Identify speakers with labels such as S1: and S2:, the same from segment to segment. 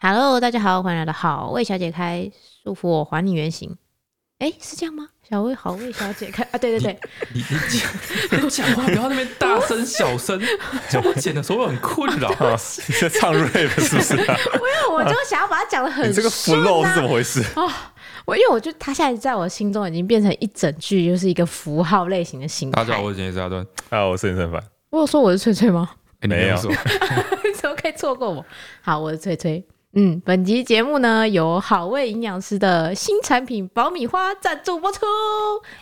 S1: Hello，大家好，欢迎来到好味小姐开，舒服我还你原形。哎，是这样吗？小味好味小姐开啊，对对对，
S2: 你你讲 你讲话不要那边大声小 声，这样我剪的时候很困扰。
S3: 啊，你在唱 rap 是不是、啊？
S1: 因为我就想要把它讲的很、啊
S3: 你这个 flow 是怎么？回事？
S1: 我因为我就它现在在我心中已经变成一整句，就是一个符号类型的形态。
S2: 大家好，我是简介阿端。
S3: 啊，我是林正凡，
S1: 我有说我是翠翠吗？
S2: 哎你
S3: 没有
S2: 说，
S1: 你怎么可以错过我？好，我是翠翠。嗯，本集节目呢由好味营养师的新产品爆米花赞助播出，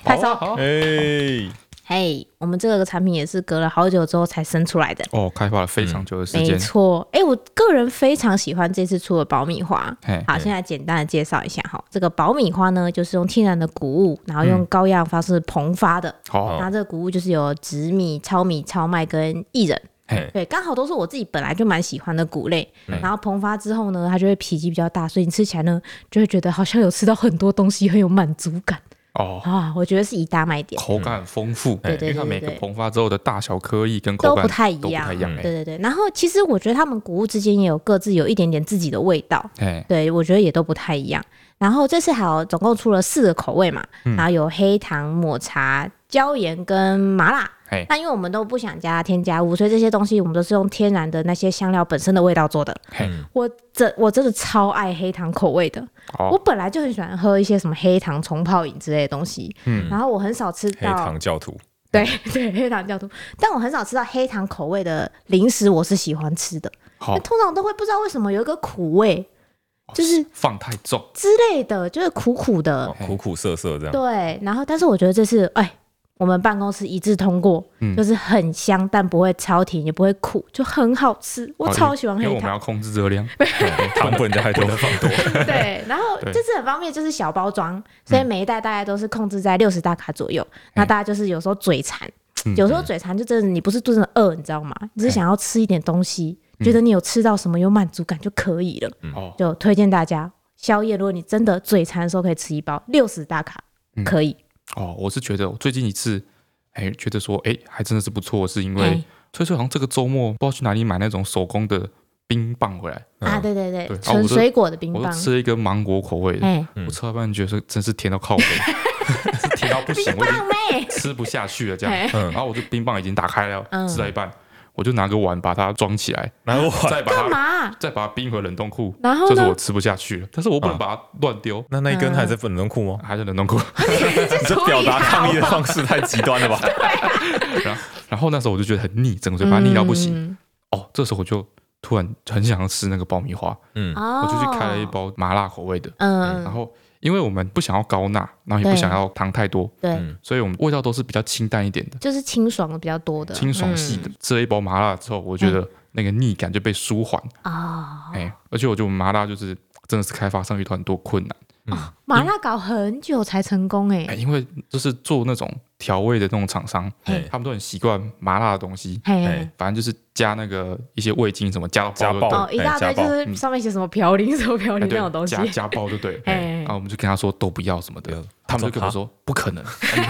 S1: 拍手！
S2: 好啊好啊
S3: 哎、
S1: 嘿，我们这个产品也是隔了好久之后才生出来的，
S2: 哦，开发了非常久的时
S1: 没
S2: 间。
S1: 错。哎、我个人非常喜欢这次出的爆米花。
S2: 嘿
S1: 好，现在简单的介绍一下哈，这个爆米花呢，就是用天然的谷物，然后
S2: 嗯
S1: 用高压方式膨发的。
S2: 好，
S1: 那这个谷物就是有紫米、糙米、糙麦跟薏仁，
S2: 嘿，
S1: 对，刚好都是我自己本来就蛮喜欢的谷类。
S2: 嗯
S1: 然后膨发之后呢，它就会体积比较大，所以你吃起来呢，就会觉得好像有吃到很多东西，很有满足感
S2: 哦，
S1: 啊。我觉得是一大卖点。
S2: 口感丰富，
S1: 对
S3: 嗯
S2: 因
S1: 对
S2: 为它每个
S1: 对对对
S2: 膨发之后的大小颗粒跟口
S1: 都
S2: 感
S1: 不太一
S2: 都不
S1: 样
S2: 太一样。
S3: 嗯
S1: 对对对，然后其实我觉得他们谷物之间也有各自有一点点自己的味道，
S2: 哎，
S1: 对我觉得也都不太一样。然后这次还有总共出了四个口味嘛，
S3: 嗯
S1: 然后有黑糖、抹茶、椒盐跟麻辣
S2: 嘿。
S1: 那因为我们都不想加添加物，所以这些东西我们都是用天然的那些香料本身的味道做的。
S2: 嘿，
S3: 嗯
S1: 我真我真的超爱黑糖口味的，我
S2: 哦，
S1: 本来就很喜欢喝一些什么黑糖冲泡饮之类的东西，然后我很少吃
S3: 嗯黑
S1: 到
S3: 糖教徒，
S1: 对对，黑糖教徒，但我很少吃到黑糖口味的零食，我是喜欢吃的。
S2: 好
S3: 哦
S1: 那，通常都会不知道为什么有一个苦味就是
S2: 放太重，
S1: 之类的，就是苦苦的。
S3: 哦苦苦涩涩这样。
S1: 对，然后但是我觉得这次，哎，我们办公室一致通过，
S2: 嗯
S1: 就是很香，但不会超甜，也不会苦，就很好吃。我
S2: 好
S1: 超喜欢
S2: 哦因为
S1: 黑
S2: 我们
S1: 糖。
S2: 要控制热量。哎
S3: 糖不能加太多，
S1: 对，然后
S2: 对
S1: 这次很方便，就是小包装，所以每一袋大概都是控制
S2: 嗯
S1: 在六十大卡左右。那大家就是有时候嘴馋，有时候嘴馋就真的你不是真的饿，你知道吗？你只是想要吃一点东西，
S2: 嗯
S1: 觉得你有吃到什么有满足感就可以了。
S2: 哦，
S1: 就推荐大家宵夜，如果你真的嘴馋的时候，可以吃一包六十大卡，可以。
S2: 哦，我是觉得我最近一次，哎，觉得说，哎，还真的是不错，是因为
S1: 哎
S2: 翠翠好像这个周末不知道去哪里买那种手工的冰棒回来，
S1: 啊，对对对
S2: 对，啊
S1: 纯
S2: 我都
S1: 水果的冰
S2: 我
S1: 棒
S2: 就，吃了一个芒果口味的，
S1: 哎，
S2: 我吃到一半觉得真是甜到靠北，是甜到不行，我已经
S1: 妹，
S2: 吃不下去了这样
S1: 哎。
S3: 嗯
S2: 然后我就冰棒已经打开了
S1: 嗯，
S2: 吃到一半，我就拿个碗把它装起来，
S3: 然后我
S2: 再把
S1: 干
S2: 它
S1: 嘛？
S2: 再把它冰回冷冻库，
S1: 然后
S2: 就是
S1: 呢
S2: 我？吃不下去了，但是我不能把它乱丢，
S3: 那那一根还在冷冻库吗？
S2: 还在冷冻库。
S1: 这
S3: 你这表达抗议的方式太极端了吧？
S1: 啊
S2: 然后然后那时候我就觉得很腻，整个嘴巴
S1: 嗯
S2: 腻到不行。哦，这时候我就突然很想要吃那个爆米花，
S3: 嗯，
S1: 哦，
S2: 我就去开了哎一，包麻辣口味的。然
S1: 嗯，
S2: 后因为我们不想要高钠，然后也
S1: 对
S2: 不想要糖太多，
S1: 对
S3: 嗯，
S2: 所以我们味道都是比较清淡一点的。
S1: 就是清爽的比较多的，
S2: 清爽系的。吃了一包麻辣之后，我觉得那个腻感就被舒缓，
S1: 嗯啊。
S2: 哎、而且我觉得我们麻辣就是真的是开发上遇到很多困难，
S1: 麻辣搞很久才成功
S2: 嗯哎、
S1: 哎，
S2: 因为就是做那种调味的那种厂商，
S3: 嘿
S2: 他们都很习惯麻辣的东西，
S1: 嘿
S3: 哎，
S2: 反正就是加那个一些味精什么加到
S3: 加
S2: 就
S3: 爆
S2: 对了
S1: 哦，一大堆
S3: 哎家暴
S1: 就是上面写什么嘌呤 什么嘌呤
S2: 嗯哎
S1: 那
S2: 对
S1: 种东西
S2: 加，加爆就对了，
S1: 哎
S2: 然后我们就跟他说都不要什么
S3: 不
S2: 的
S3: 要，
S2: 他们就跟我说不可能，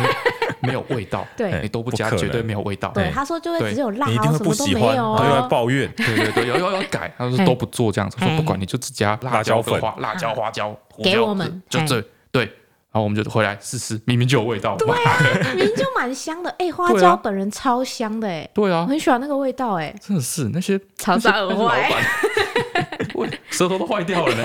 S2: 没有味道，
S1: 对
S2: 你都不
S3: 哎不
S2: 加
S3: 可
S2: 绝对
S3: 能
S2: 没有味道，
S1: 对，
S2: 哎
S1: 他说就会
S2: 对
S1: 只有辣
S3: 你一定
S1: 哦，
S3: 会
S1: 什
S3: 不
S1: 么都
S3: 喜
S1: 没
S3: 欢，
S1: 有
S3: 然后又来
S1: 哦，
S3: 抱怨。
S2: 对啊对对，有有有改，他说
S1: 嘿
S2: 都不做这样子，说
S1: 嘿
S2: 不管你就只加辣
S3: 辣椒
S2: 的
S3: 粉
S2: 话辣椒、花椒、胡椒
S1: 给我们嗯
S2: 就
S1: 嘿
S2: 这对，然后我们就回来试试，明明就有味道，对
S1: 明明就蛮香的， 哎，花
S2: 对啊
S1: 椒本人超香的哎，
S2: 对啊
S1: 我，很喜欢那个味道 哎，
S2: 真的是那 些
S1: 厂商很
S2: 老
S1: 坏
S2: 板， 我舌头都坏掉了呢。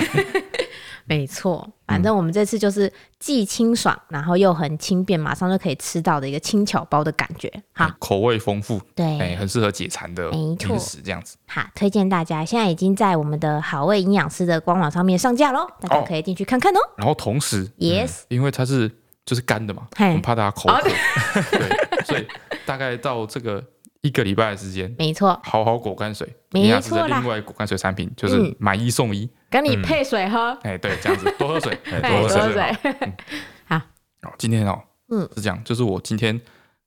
S1: 没错，反正我们这次就是既清爽，然后又很轻便，马上就可以吃到的一个轻巧包的感觉。 好，
S2: 口味丰富，
S1: 对
S2: 哎，很适合解馋的
S1: 没错
S2: 零食这样子。
S1: 好，推荐大家，现在已经在我们的好味营养师的官网上面上架喽，大家可以进去看看哦。
S2: 然后同时，
S1: yes，
S2: 因为它是就是干的嘛，我
S1: 嘿
S2: 们怕大家口
S1: 哦
S2: 渴，对，所以大概到这个一个礼拜的时间。
S1: 没错，
S2: 好好果干水，
S1: 没
S2: 营养师
S1: 错
S2: 的
S1: 啦
S2: 另外果干水产品就
S1: 嗯
S2: 是买一送一，
S1: 跟你配水喝，
S2: 哎，对，这 样子多喝水，哎
S3: 哎多喝
S1: 多喝
S3: 水
S1: 水。
S2: 哦，今天哦，
S1: 嗯
S2: 嗯，是这样，就是我今天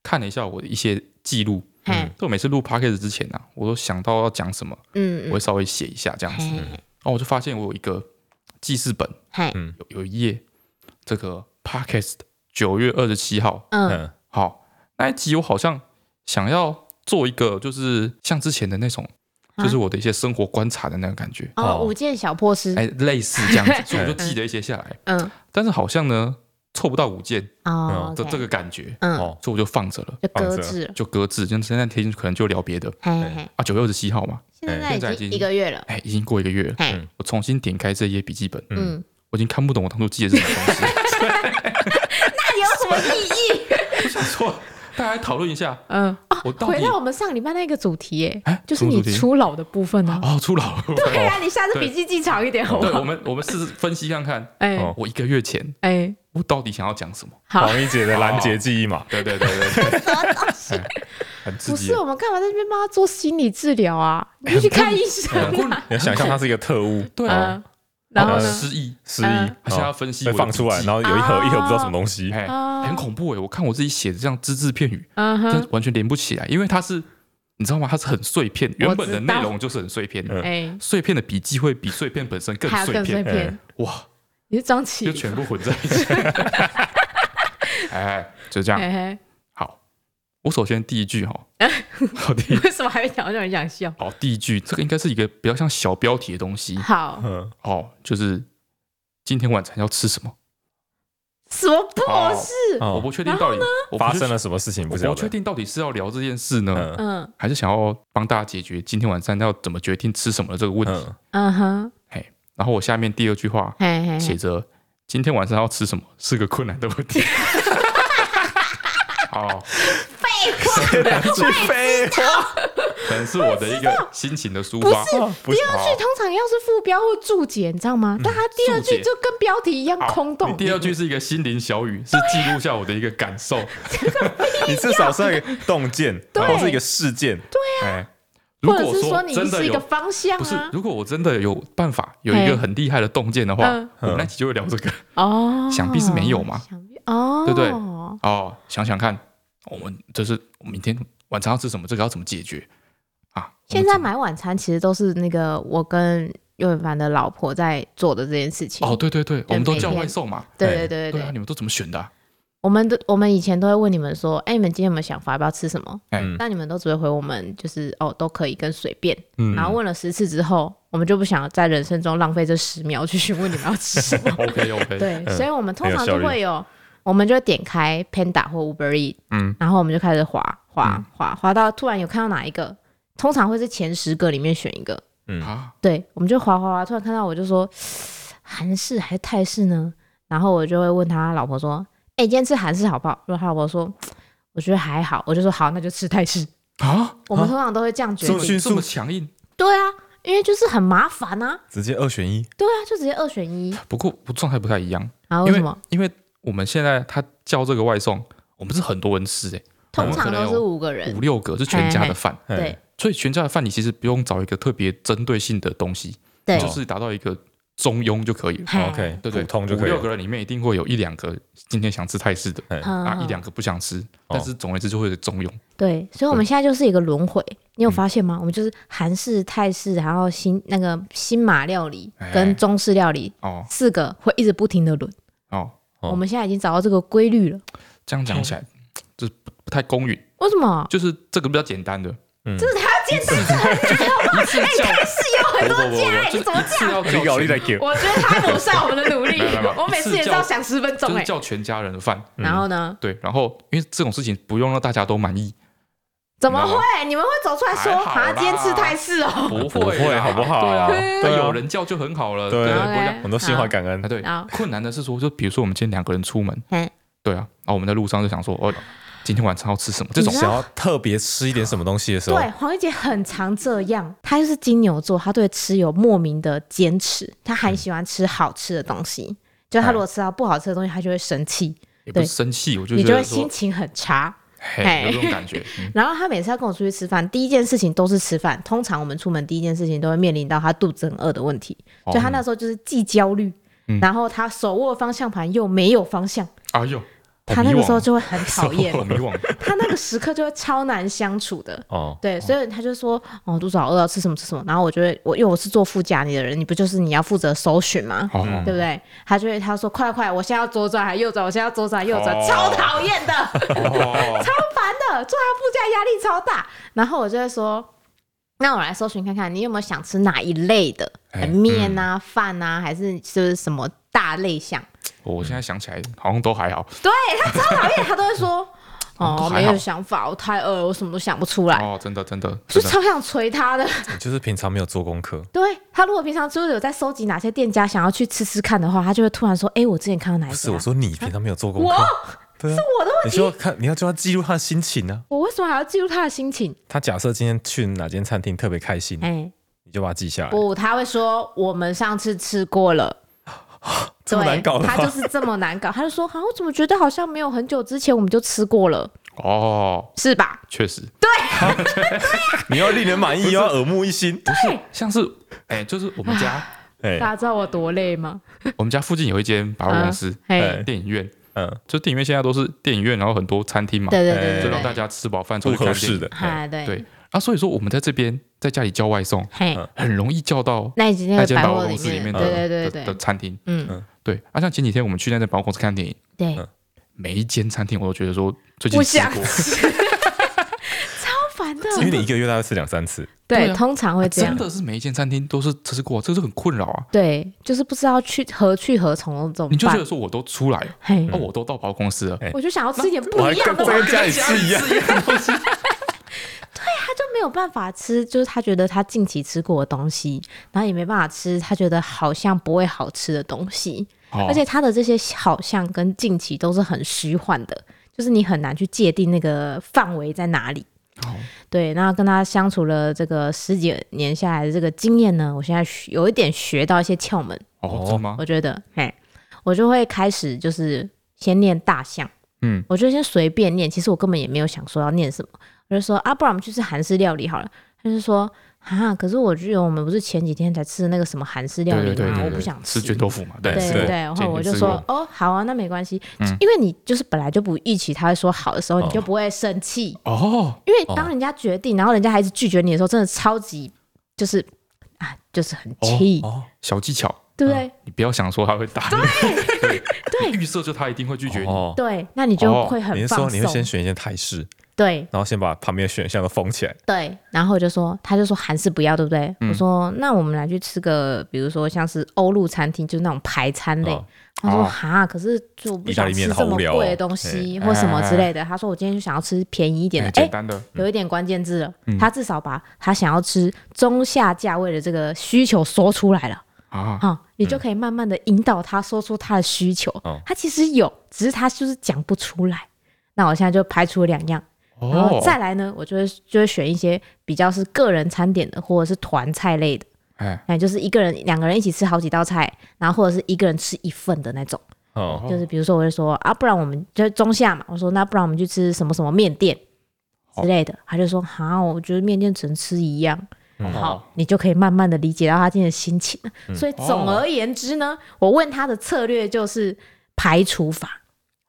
S2: 看了一下我的一些记录，
S1: 嘿，
S2: 就我每次录 p o d c a s t 之前呢、啊，我都想到要讲什么，
S1: 嗯，
S2: 我
S1: 嗯
S2: 会稍微写一下这样子。然
S1: 嘿，
S2: 后我就发现我有一个记事本，
S1: 嘿，
S2: 有有一页这个 p o d c a s t 九月二十七号，
S1: 嗯，
S3: 嗯，
S2: 好那一集我好像想要做一个就是像之前的那种，
S1: 啊
S2: 就是我的一些生活观察的那个感觉，
S1: 哦，
S3: 哦
S1: 五件小破事，
S2: 哎，类似这样子，所以 我就记了一些下来，
S1: 嗯，
S2: 但是好像呢凑不到五件
S1: 哦，
S2: 的
S1: OK
S2: 这个，感觉，
S1: 嗯，
S3: 哦，
S2: 所以我就放着了，
S1: 就
S3: 放
S1: 搁
S3: 着
S1: 置了，
S2: 就搁置，就现在天可能就聊别的
S1: 嘿嘿嘿，
S2: 啊。九月二十七号嘛，
S1: 现在
S2: 现在
S1: 已
S2: 已
S1: 经
S2: 经
S1: 一个月了，
S2: 哎，已经过一个月了，
S1: 嘿，
S3: 嗯
S2: 我重新点开这页笔记本，
S1: 嗯，
S2: 我已经看不懂我当初记的是什么东 西。
S1: 那啊有什么意义？
S2: 错，大家来讨论一下，
S1: 嗯，
S2: 我到
S1: 回
S2: 底
S1: 到我们上礼拜那个主题，哎
S2: 哎，
S1: 就是
S2: 什
S1: 你
S2: 么主题
S1: 初老的部分呢。
S2: 哦出 老了。
S1: 对啊，你下次
S2: 对
S1: 笔记记长一点好不
S2: 对，
S1: 好
S2: 我？们我们试试分析看看，
S1: 哎
S2: 哦，我一个月前
S1: 哎，
S2: 我到底想要讲什么？
S1: 好，
S3: 黄一姐的拦截记忆嘛，
S2: 对对对对对，哎
S3: 很刺
S1: 嗯不
S3: 激啊
S1: 是。我们干嘛在这边帮他做心理治疗啊？
S2: 哎
S1: 你去看医生
S2: 很困
S1: 啊。
S3: 你要想象他是一个特务，
S2: 对啊，
S1: 嗯， 然后
S3: 好
S1: 呢
S3: 的？
S2: 失忆，
S3: 失
S1: 嗯
S3: 忆，
S2: 而且要分析
S3: 被
S2: 我的
S3: 放出来，
S2: 笔记
S3: 然后有一盒
S1: 啊
S3: 一盒不知道什么东西，
S2: 哎，
S1: 哦
S2: 很恐怖哎！我看我自己写的这样只字片语，
S1: 嗯
S2: 真
S1: 哼，
S2: 完全连不起来，因为它是你知道吗？它是很碎片，原本的内容就是很碎片，
S3: 嗯
S1: 哎，
S2: 碎片的笔记会比碎片本身更
S1: 还有
S2: 碎
S1: 更碎
S2: 片，
S1: 片，
S2: 哇，
S1: 你是张起
S2: 就，全部混在一 起。哎，就这样，
S1: 嘿嘿，
S2: 好，我首先第一句 哈，好第一
S1: 为什么还没讲就很想笑？
S2: 好第一句，这个应该是一个比较像小标题的东西
S1: 好，
S3: 嗯，
S2: 哦，就是今天晚餐要吃什么，
S1: 什么破事？
S2: 我
S3: 哦
S2: 不确定到底我不
S3: 发
S2: 确
S3: 生了什么事情
S2: 我
S3: 不晓
S2: 不确
S3: 得，
S2: 定到底是要聊这件事呢，
S3: 嗯
S1: 嗯
S2: 还是想要帮大家解决今天晚餐要怎么决定吃什么的这个问题。
S3: 嗯，
S1: 嗯哼，
S2: 然后我下面第二句话
S1: 嘿嘿
S2: 写
S1: 嘿，
S2: 着今天晚上要吃什么是个困难的 问题。 哦，
S3: 去飞，
S2: 可能是我的一个心情的抒
S1: 不
S2: 发。
S1: 是
S3: 哦不
S1: 第
S3: 是
S1: 二句，通常要是副标或注解，你知道吗？但它第二
S2: 嗯注
S1: 句
S2: 解
S1: 就跟标题一样
S2: 好
S1: 空洞。
S2: 第二句是一个心灵小语，是记录下我的一个感 受。
S3: 你至少是一个洞见，
S1: 对
S3: 然后是一个事件，
S2: 哎，如
S1: 啊或
S2: 果
S1: 者是说你
S2: 真的
S1: 是一个
S2: 有，
S1: 方向
S2: 不是
S1: 啊，？
S2: 如果我真的有办法有一
S1: 哎
S2: 个很厉害的洞见的话
S1: 嗯，
S2: 我们那期就会聊这个。
S1: 哦，
S2: 想必是没有嘛
S1: 想必哦，
S2: 对不对哦，想想看，我们就是我明天晚上要吃什么，这个要怎么解决啊？我
S1: 现
S2: 们
S1: 在
S2: 怎么
S1: 买晚餐其实都是那个我跟尤远凡的老婆在做的这件事情。
S2: 哦，，对对对，我们都
S1: 每
S2: 叫
S1: 天
S2: 外送嘛。
S1: 对
S3: 哎
S1: 对对
S2: 对啊，
S1: 对，
S2: 你们都怎么选的啊？
S1: 我们都我们以前都会问你们说，哎，你们今天有没有想法要不要吃什么？
S2: 哎
S1: 但你们都只会回我们就是哦都可以跟随便。
S2: 嗯
S1: 然后问了十次之后，我们就不想在人生中浪费这十秒去询问你们要吃什么。
S2: ，OK OK，，
S1: 对，所以我们通常
S3: 很有效
S1: 就
S3: 率
S1: 会有，我们就会点开 Panda 或 Uber E，
S2: 嗯，
S1: 然后我们就开始滑滑滑滑到突然有看到哪一个，通常会是前十个里面选一个。
S2: 啊，
S1: 对，我们就滑滑滑，突然看到我就说韩式还是泰式呢？然后我就会问他老婆说：“哎、你今天吃韩式好不好？”如果他老婆说：“我觉得还好。”我就说：“好，那就吃泰式。
S2: 啊，”
S1: 我们通常都会这样决
S3: 这么
S1: 定。
S3: 迅
S2: 这么
S3: 速，
S2: 强硬。
S1: 对啊，因为就是很麻烦啊。
S3: 直接二选一，
S1: 对啊，就直接二选一。
S2: 不过我状态不太一样，
S1: 然后
S2: 因
S1: 为什
S2: 为
S1: 么？
S2: 因为我们现在他叫这个外送，我们是很多人吃哎，
S1: 通常
S2: 可能
S1: 都
S2: 有
S1: 是五个
S2: 五
S1: 人。
S2: 六个是全家的饭，
S3: 嘿
S1: 对，
S2: 所以全家的饭你其实不用找一个特别针对性的东西，
S1: 对
S2: 就是达到一个中庸就可以了。哦
S1: 嘿
S3: ，OK，
S2: 对对，
S3: 普通就
S2: 五
S3: 可以
S2: 六个
S3: 了，
S2: 人里面一定会有一两个今天想吃泰式的，
S1: 嗯
S2: 啊，一
S1: 嗯
S2: 两个不想吃，但是总而言之就会有中庸。
S1: 对，所以我们现在就是一个轮回，
S2: 嗯
S1: 你有发现吗？我们就是韩式、泰式，然后新那个新马料理跟
S2: 哎
S1: 中式料理
S2: 哦
S1: 四个会一直不停的轮。
S2: 哦，
S3: 哦
S1: 我们现在已经找到这个规律了。
S2: 这样讲起来就是不不太公允，
S1: 为什么？
S2: 就是这个比较简单的，
S3: 嗯
S1: 这是他要见单，
S2: 一次叫
S1: 是有很多家哎，
S2: 不
S1: 你
S2: 不不不
S1: 怎么
S2: 就
S1: 这
S2: 是一次
S1: 样？
S2: 要叫
S3: 你搞你
S2: 全
S3: 在给，
S1: 我觉得他抹杀我们的努力
S2: 没有没有没有，
S1: 我每次也是要想十分钟
S2: 就是
S1: 哎。
S2: 叫嗯全家人的饭，
S1: 然后呢？
S2: 对，然后因为这种事情不用让大家都满意，
S1: 怎么
S2: 你知道
S1: 会？你们会走出来说
S2: 还好啦
S1: 啊，今天吃泰式 哦？
S2: 不
S3: 不会
S2: 啦
S3: 好不好
S2: 对啊，
S3: 对
S2: 但
S3: 啊
S2: 有人叫就很好了，啊
S3: 对
S2: 不
S3: 然
S1: 后
S2: 会
S1: 嘞
S2: 让
S3: 我都心怀感恩
S2: 啊，，对
S1: 然后，
S2: 困难的是说，就比如说我们今天两个人出门，
S1: 嗯
S2: 对啊，然后我们在路上就想说，哦，今天晚餐要吃什么？这种
S1: 你知道
S3: 想要特别吃一点什么东西的时候，
S1: 对，黄玉姐很常这样，她就是金牛座，她对吃有莫名的坚持，她很喜欢吃好吃的东西。就她如果吃到不好吃的东西，她就会生气，
S2: 也不
S1: 对
S2: 是生气，我就
S1: 你
S2: 觉
S1: 就会
S2: 得
S1: 心
S2: 说，
S1: 情很差。
S2: 嘿，
S1: 嘿
S2: 有这种感觉，嗯
S1: 然后她每次要跟我出去吃饭，第一件事情都是吃饭。通常我们出门第一件事情都会面临到她肚子很饿的问题，
S2: 哦
S1: 所以
S2: 嗯
S1: 她那时候就是既焦虑，然后她手握方向盘又没有方向。
S2: 哎呦，
S1: 他那个时候就会很讨 厌
S2: 好，迷惘，
S1: 他那个时刻就会超难相处的。
S3: 哦，
S1: 对，所以他就说哦，肚子好饿，要吃什么吃什么。然后我就会，我因为我是做副驾你的人，你不就是你要负责搜寻吗？
S2: 好，
S3: 嗯
S1: 哦对不对？他就会他说快快，我现在要左转还右转，我现在要左转还右转，
S3: 哦
S1: 超讨厌的， 超
S2: 哦
S1: 烦的，坐他副驾压力超大。然后我就会说，那我来搜寻看看，你有没有想吃哪一类的
S2: 哎
S1: 面啊、饭啊，还是就是什么大类项？
S2: 我现在想起来好像都还好，
S1: 对他超讨厌，他都会说
S2: 都
S1: 哦，
S2: 还
S1: 没
S2: 好
S1: 有想法，我太饿了，我什么都想不出来。
S2: 哦，真的真的
S1: 就
S2: 真的，
S1: 超想捶他的，
S3: 你就是平常没有做功课，
S1: 对他如果平常就是有在收集哪些店家想要去吃吃看的话，他就会突然说：“哎、我之前看到哪一家？”
S3: 不是我说你平常没有做功
S1: 我
S3: 课，对啊，
S1: 我的
S3: 你就要看，你要就要记录他的心情啊。
S1: 我为什么还要记录他的心情？
S3: 他假设今天去哪间餐厅特别开心，
S1: 哎、
S3: 你就把它记下来。
S1: 不，他会说我们上次吃过了。
S3: 这么
S1: 对
S3: 难搞的
S1: 他
S3: 话
S1: 就是这么难搞。他就说：“好、我怎么觉得好像没有很久之前我们就吃过了，
S2: 哦，
S1: 是吧
S2: 确实，
S3: 你要令人满意，又要耳目一新。不是，
S2: 像是哎，就是我们家
S3: 哎？”
S1: 大家知道我多累吗？
S2: 我们家附近有一间百货公司
S1: 哎、
S3: 哎
S2: 电影院，
S3: 嗯，
S2: 就电影院现在都是电影院，然后很多餐厅嘛，
S1: 对对对
S2: 哎就
S1: 对
S2: 让大
S1: 对，
S2: 家吃饱饭出
S3: 不
S2: 去看
S3: 合
S2: 电
S3: 适
S2: 影。
S3: 的。
S1: 哎对
S2: 对啊，所以说我们在这边在家里叫外送，
S1: 嘿，
S3: 嗯
S2: 很容易叫到
S1: 那已经
S2: 那
S1: 那
S2: 间
S1: 个
S2: 百
S1: 百
S2: 货
S1: 货
S2: 公司里面
S1: 面，
S2: 的
S1: 对对对
S2: 的
S1: 对
S2: 的
S1: 对，
S2: 餐厅。
S1: 嗯
S2: 对，啊，像前几天我们去那间百货公司看电影，
S1: 对，
S2: 每一间餐厅我都觉得说最近
S1: 不
S2: 吃
S1: 想
S2: 过，
S1: 吃，超烦的。
S3: 因为你一个月大概吃两三次，
S2: 对
S1: 对，
S2: 啊
S1: 通常会这
S2: 真
S1: 样。
S2: 的是每一间餐厅都是吃过，这个是很困扰啊。
S1: 对，就是不知道去何去何从，怎么
S2: 你就觉
S1: 办
S2: 得？说我都出来了，
S1: 嘿
S2: 哦，，我都到百货公司了，
S3: 哎
S1: 我就想要吃一点不
S3: 嗯我还
S1: 一样的
S3: 跟
S1: 吧，
S3: 在家里吃一样。
S1: 他就没有办法吃，就是他觉得他近期吃过的东西，然后也没办法吃他觉得好像不会好吃的东西，
S2: 哦
S1: 而且他的这些好像跟近期都是很虚幻的，就是你很难去界定那个范围在哪里。
S2: 哦
S1: 对，那跟他相处了这个十几年下来的这个经验呢，我现在学有一点学到一些窍门，
S2: 哦，真的吗？
S1: 我觉得，哎，我就会开始就是先念大象，
S2: 嗯，
S1: 我就先随便念，其实我根本也没有想说要念什么，我就说啊，不然我们去吃韩式料理好了。他就说啊，可是我觉得我们不是前几天才吃的那个什么韩式料
S2: 对
S1: 理
S2: 对
S1: 吗？
S2: 对对，
S1: 我不
S2: 对
S1: 想
S2: 吃卷豆腐嘛，对
S1: 对
S3: 是
S1: 对
S3: 的
S1: 然后我就
S2: 建议吃
S1: 说
S2: 过
S1: 哦，好啊，那没关系，
S2: 嗯
S1: 因为你就是本来就不预期他会说好的时候，你就不会生气，
S2: 哦，
S1: 因为当人家决定，然后人家还是拒绝你的时候，真的超级就是啊，就是很气，
S3: 哦，
S2: 小技巧，
S1: 对不对？
S2: 你不要想说他会打你， 对对，预设就他一定会拒绝你。
S3: 哦，
S1: 对，那你就
S2: 哦
S1: 会
S3: 你
S1: 很
S3: 是
S1: 放
S3: 说你会
S1: 松
S3: 先。选一件泰式，
S1: 对
S3: 然后先把旁边的选项都封起来？
S1: 对，然后我就说，他就说韩式不要，对不对？
S2: 嗯
S1: 我说那我们来去吃个，比如说像是欧陆餐厅，就是那种排餐类。
S3: 哦
S1: 他说
S2: 哦
S1: 哈，可是就我不
S3: 意大
S1: 想
S3: 利
S1: 吃
S3: 面
S1: 这
S3: 好
S1: 么
S3: 无聊哦
S1: 贵的东西或什么之类的。他说我今天就想要吃便宜一点
S2: 哎
S1: 的，哎
S2: 简，单的，
S1: 有一点关键字了，
S3: 嗯
S1: 他至少把他想要吃中下价位的这个需求说出来了。
S3: 嗯
S2: 啊，
S1: 哈、你就可以慢慢的引导他说出他的需求。
S3: 哦
S1: 他其实有，只是他就是讲不出来。那我现在就排除了两样，
S2: 哦
S1: 然后再来呢，我就会就会选一些比较是个人餐点的，或者是团菜类的，
S2: 哎，
S1: 哎，就是一个人两个人一起吃好几道菜，然后或者是一个人吃一份的那种。
S3: 哦，
S1: 就是比如说，我会说啊，不然我们就是中下嘛，我说那不然我们去吃什么什么面店之类的，他就说好，我觉得面店只能吃一样。
S2: 哦嗯
S1: 好，你就可以慢慢的理解到他今天的心情了。所以总而言之呢，我问他的策略就是排除法，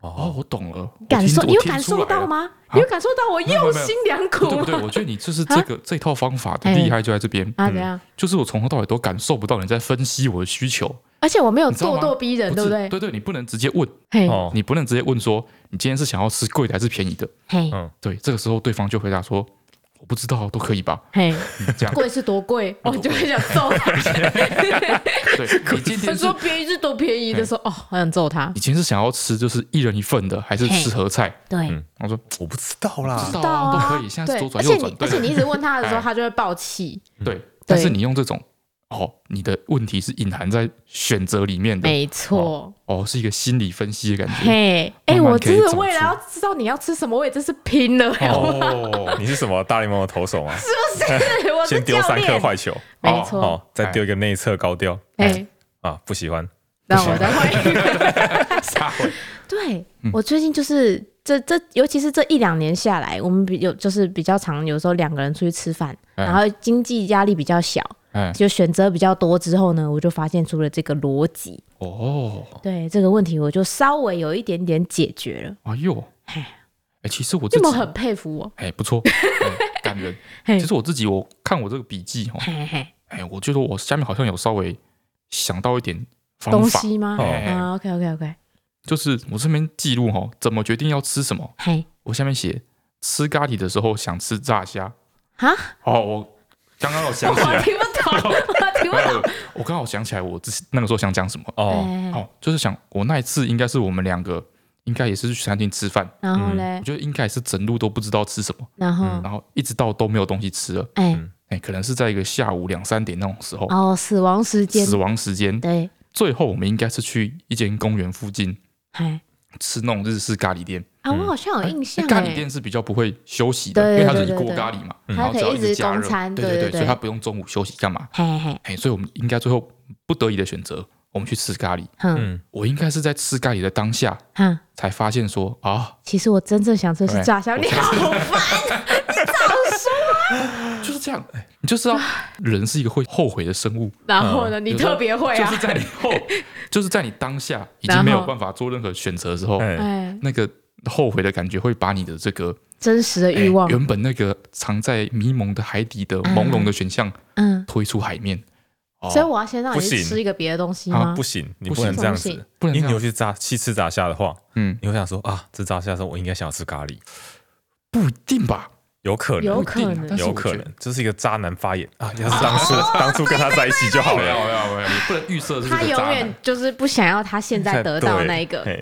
S2: 哦，我懂了，我
S1: 感
S2: 听
S1: 受
S2: 我
S1: 你有
S2: 听
S1: 感
S2: 出
S1: 受
S2: 来
S1: 到
S2: 了？啊
S1: 吗？你有感受到我
S2: 没有没
S1: 用
S2: 有
S1: 心良苦
S2: 不对不嗯对，
S1: 吗？
S2: 我觉得你这是这个这套方法的
S1: 啊哎
S2: 厉害就在这边，
S1: 啊，怎样？
S2: 就是我从头到尾都感受不到你在分析我的需求，
S1: 而且我没有
S2: 你知道
S1: 咄
S2: 吗
S1: 咄逼人，对
S2: 是
S1: 不对？
S2: 对对，你不能直接问，
S1: 嘿
S3: 哦，
S2: 你不能直接问说你今天是想要吃贵的还是便宜的，
S1: 嘿
S3: 嗯
S2: 对，这个时候对方就回答说我不知道，都可以吧，
S1: 嘿，
S2: 嗯这样，
S1: 贵是多 贵，我就很想揍他。
S2: 对，你今
S1: 他
S2: 天是
S1: 说便宜是多便
S2: 嗯
S1: 宜的时候，哦，好想揍他。
S2: 你今天是想要吃就是一人一份的，还是
S1: 嘿
S2: 吃合菜？
S1: 对，
S3: 嗯
S2: 我说
S3: 我不知道
S2: 不
S3: 啦
S2: 知，道
S1: 知道
S2: 啊，都
S1: 啊
S2: 可以，现在
S1: 对
S2: 是，左
S1: 而
S2: 转
S1: 且
S2: 右
S1: 你
S2: 转，
S1: 而且
S2: 对
S1: 你一直问他的时候，
S2: 哎
S1: 他就会爆气。
S2: 对，但是你用这种哦，你的问题是隐含在选择里面的，
S1: 没错，
S2: 哦，是一个心理分析的感觉。
S1: 嘿，
S2: 慢
S1: 哎，
S2: 慢
S1: 我
S2: 可以
S1: 真的
S2: 走
S1: 为了
S2: 出
S1: 要知道你要吃什么，我也真是拼了， 哎我
S2: 哦，
S3: 你是什么大联盟的投 手吗？
S1: 是我是
S3: 先丢
S1: 教
S3: 三颗
S1: 练，
S3: 坏球，
S1: 没
S3: 哦
S1: 错，，
S2: 哎
S3: 再丢一个内侧高吊
S1: 哎，
S3: 啊，不喜欢。
S1: 让我再换一个。
S2: 撒谎
S1: 对
S2: 嗯
S1: 我最近就是这这，尤其是这一两年下来，我们比有就是比较常有时候两个人出去吃饭，
S2: 哎
S1: 然后经济压力比较小，
S2: 哎，
S1: 就选择比较多之后呢，我就发现出了这个逻辑。
S2: 哦，
S1: 对这个问题，我就稍微有一点点解决了。
S2: 哎呦，哎，其实我自
S1: 这
S2: 己
S1: 么很佩服我，
S2: 哎，不错，哎感人。
S1: 嘿
S2: 其实我自己，我看我这个笔记哦，
S1: 嘿嘿，
S2: 哎，我觉得我下面好像有稍微想到一点方
S1: 东
S2: 法，
S1: 西吗？
S2: 哦
S1: 啊，OK OK OK，
S2: 就是我这边记录哦，怎么决定要吃什么。
S1: 嘿，
S2: 我下面写吃咖喱的时候想吃炸虾。
S1: 啊，
S2: 哦，我刚刚我
S1: 我
S2: 想起来，
S1: 听不懂，我听不
S2: 没有
S1: 懂。
S2: 我刚好想起来我自己那个时候想讲什么。
S3: 哦，
S1: 哎
S2: 哦，就是想我那一次应该是我们两个应该也是去餐厅吃饭，
S1: 然后
S3: 嗯
S1: 嘞
S2: 我，觉得应该也是整路都不知道吃什么，
S1: 然后
S2: 然后一直到都没有东西吃了。
S1: 哎，
S3: 嗯
S2: 哎，可能是在一个下午两三点那种时候，
S1: 哦，死亡时间
S2: 死，亡时间。
S1: 对，
S2: 最后我们应该是去一间公园附近
S1: 哎，
S2: 吃那种日式咖喱店。
S1: 啊，我好
S2: 哎
S1: 像有印象，欸哎
S2: 咖喱店是比较不会休息的，
S1: 对
S2: 因为它
S1: 对
S2: 是一
S1: 对
S2: 锅
S1: 对
S2: 咖喱嘛，
S1: 嗯
S2: 然后只要
S1: 它可以一直
S2: 加热
S1: 供餐，
S2: 对
S1: 对对
S2: 对，
S1: 对
S2: 所以它不用中午休息干嘛？
S1: 嘿嘿嘿，
S2: 哎，所以我们应该最后不得已的选择，我们去吃咖喱。
S1: 哼
S3: 嗯，
S2: 我应该是在吃咖喱的当下
S1: 哼，
S2: 才发现说啊，
S1: 其实我真正想吃的是
S2: 对
S1: 炸虾，你好
S2: 嗯就是这样，哎你就 知道人是一个会后悔的生物，
S1: 然后呢？你特别会
S2: 就
S1: 啊
S2: 是！在你 后，就是在你当下已经没有办法做任何选择的时候，
S3: 哎，
S1: 哎，
S2: 那个后悔的感觉会把你的这个
S1: 真实的
S2: 哎
S1: 欲望，
S2: 原本那个藏在迷蒙的海底的朦胧的选项
S1: 嗯，
S2: 推出海面。哦
S1: 所以我要先让你
S3: 不行
S1: 去吃一个别的东西
S2: 啊
S1: 吗
S3: 不？行，你
S2: 不
S3: 不
S2: 行
S3: 能这样
S1: 不
S3: 子
S1: 行，
S2: 不能这
S3: 因
S2: 样
S3: 为你尤其炸去吃炸虾的话，
S2: 嗯，
S3: 你会想说啊，吃炸虾的时候我应该想要吃咖喱，
S2: 不一定吧？
S3: 有可
S1: 有
S3: 能，
S1: 可
S2: 不一定啊
S1: 能哦
S2: 但，是
S3: 有
S2: 我觉
S3: 可
S2: 得
S3: 能，这是一个渣男发言啊，要是当初当初跟他在一起就好
S2: 没有
S3: 了，
S2: 没有没有，你不能预设是
S1: 他
S2: 个
S1: 永
S2: 渣
S1: 远
S2: 男。
S1: 就是不想要他现 在得到
S3: 对
S1: 那一个。
S3: 嘿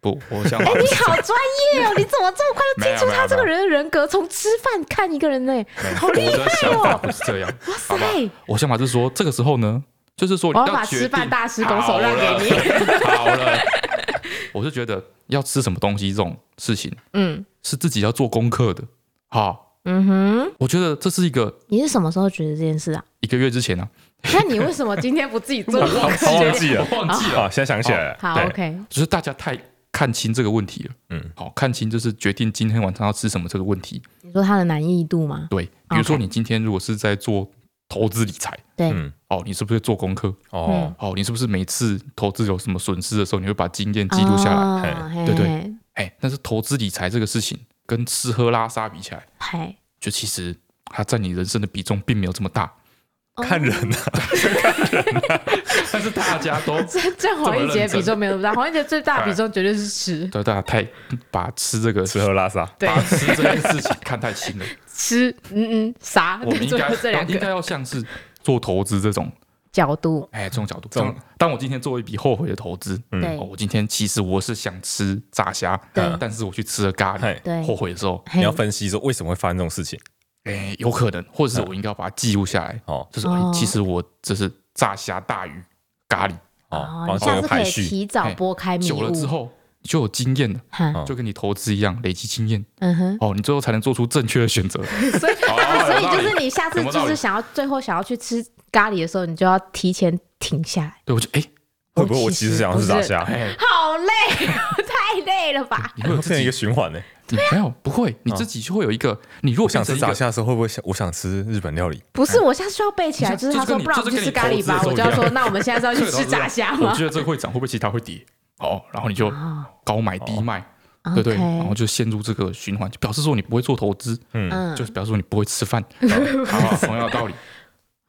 S2: 不，我想法
S1: 哎，
S2: 不
S1: 你
S2: 是这
S1: 好
S2: 样
S1: 专业 哦！你怎么这么快就
S2: 没有
S1: 听出
S2: 没有
S1: 他这个
S2: 没
S1: 人的人格？从吃饭看一个人呢，好厉
S2: 没有我的
S1: 害
S2: 想法
S1: 哦！
S2: 不是这样。
S1: 哇
S2: 好吧
S1: 塞，
S2: 我想法是说，这个时候呢，就是说，
S1: 我要把
S2: 决
S1: 吃饭
S2: 定
S1: 大师拱手让给你。
S2: 好了，好了 我是觉得要吃什么东西这种事情
S1: 嗯
S2: 是自己要做功课的。好，
S1: 嗯哼，
S2: 我觉得这是一个
S1: 你是什么时候觉得这件事啊？
S2: 一个月之前啊，
S1: 那你为什么今天不自己 做？
S3: 他忘记了，
S2: 我 忘记了，
S3: 啊，现在想起来了，
S1: 好
S3: 对
S1: ，OK，
S2: 就是大家太看清这个问题了。
S3: 嗯，
S2: 好，看清就是决定今天晚上要吃什么这个问题。
S1: 你说它的难易度吗？
S2: 对，比如说
S1: OK
S2: 你今天如果是在做投资理财，
S1: 对，
S3: 嗯，
S2: 哦，你是不是做功课？
S1: 嗯
S3: 哦，
S2: 哦，你是不是每次投资有什么损失的时候，你会把经验记录下来？
S1: 来
S2: 对对
S1: 对，
S2: 哎，但是投资理财这个事情跟吃喝拉撒比起来，
S1: 嗨，
S2: 就其实它占你人生的比重并没有这么大。
S1: 哦
S3: 看人啊，
S2: 但是大家都
S1: 这占黄奕杰比重没有那么大，黄奕杰最大比重绝对是吃
S2: 对大家太把吃这个
S3: 吃喝拉撒，
S1: 对
S2: 把吃这件事情看太轻 了。
S1: 吃，嗯嗯，啥？
S2: 我 们应
S1: 最
S2: 该哦
S1: 后这两
S2: 应该
S1: 个
S2: 要像是做投资这种，
S1: 角度，
S2: 哎，这种角度。
S3: 这种
S2: 当当我今天做一笔后悔的投资，
S3: 嗯
S2: 哦，
S1: 对
S2: 我今天其实我是想吃炸虾
S1: 对，
S2: 但是我去吃了咖喱
S3: 嘿，
S1: 对
S2: 后悔的时候，
S1: 嘿
S3: 你要分析说为什么会发生这种事情，
S2: 哎，有可能，或者是我应该要把它记录下来，
S3: 哦
S2: 就是哎
S1: 哦，
S2: 其实我这是炸虾大于咖喱，
S3: 哦，
S1: 你
S3: 然后
S1: 下
S3: 有
S1: 次可
S3: 排
S1: 以
S3: 序，
S1: 提早拨开迷
S2: 久了之
S1: 雾，
S2: 后你就有经验了，
S1: 哈，
S3: 哦
S2: 就跟你投资一样，累积经验，
S1: 嗯哼，
S2: 哦，你最后才能做出正确的选择。
S1: 所以
S2: 哦
S1: 所以
S2: 有道
S1: 就
S2: 理
S1: 是你下次
S2: 有道
S1: 就
S2: 理
S1: 是想要最后想要去吃咖喱的时候，你就要提前停下来。
S2: 对，我就哎，
S3: 会不会我其实想要吃炸虾，
S2: 哎，
S1: 好累， 太累了吧？
S2: 你会
S3: 会
S2: 有
S3: 变
S2: 自
S3: 成一
S2: 己
S3: 个，循环呢？
S2: 你没有不会，你自己就会有一个，你如果
S3: 我哦想
S2: 变成
S3: 吃
S2: 一
S3: 炸
S2: 个
S3: 虾的时候，会不会想我想吃日本料理？
S1: 不是，我下次需要背起来，
S2: 你
S1: 就
S2: 像
S1: 是他说，不然我
S2: 就是跟你
S1: 们去吃咖喱吧，
S2: 就是
S1: 我
S2: 跟
S1: 就
S2: 你投资的时候
S1: 要说，那我们现在 是要去吃炸虾
S2: 我
S1: 吗？
S2: 觉得这个会涨，会不会其他会跌？哦，然后你就
S1: 啊，
S2: 高买
S3: 哦
S2: 低卖，
S1: 哦 OK
S2: 对对，哦然后就陷入这个循环，就表示说你不会做投资，
S1: 嗯
S2: 就是表示说你不会吃饭， 好，同样的道理。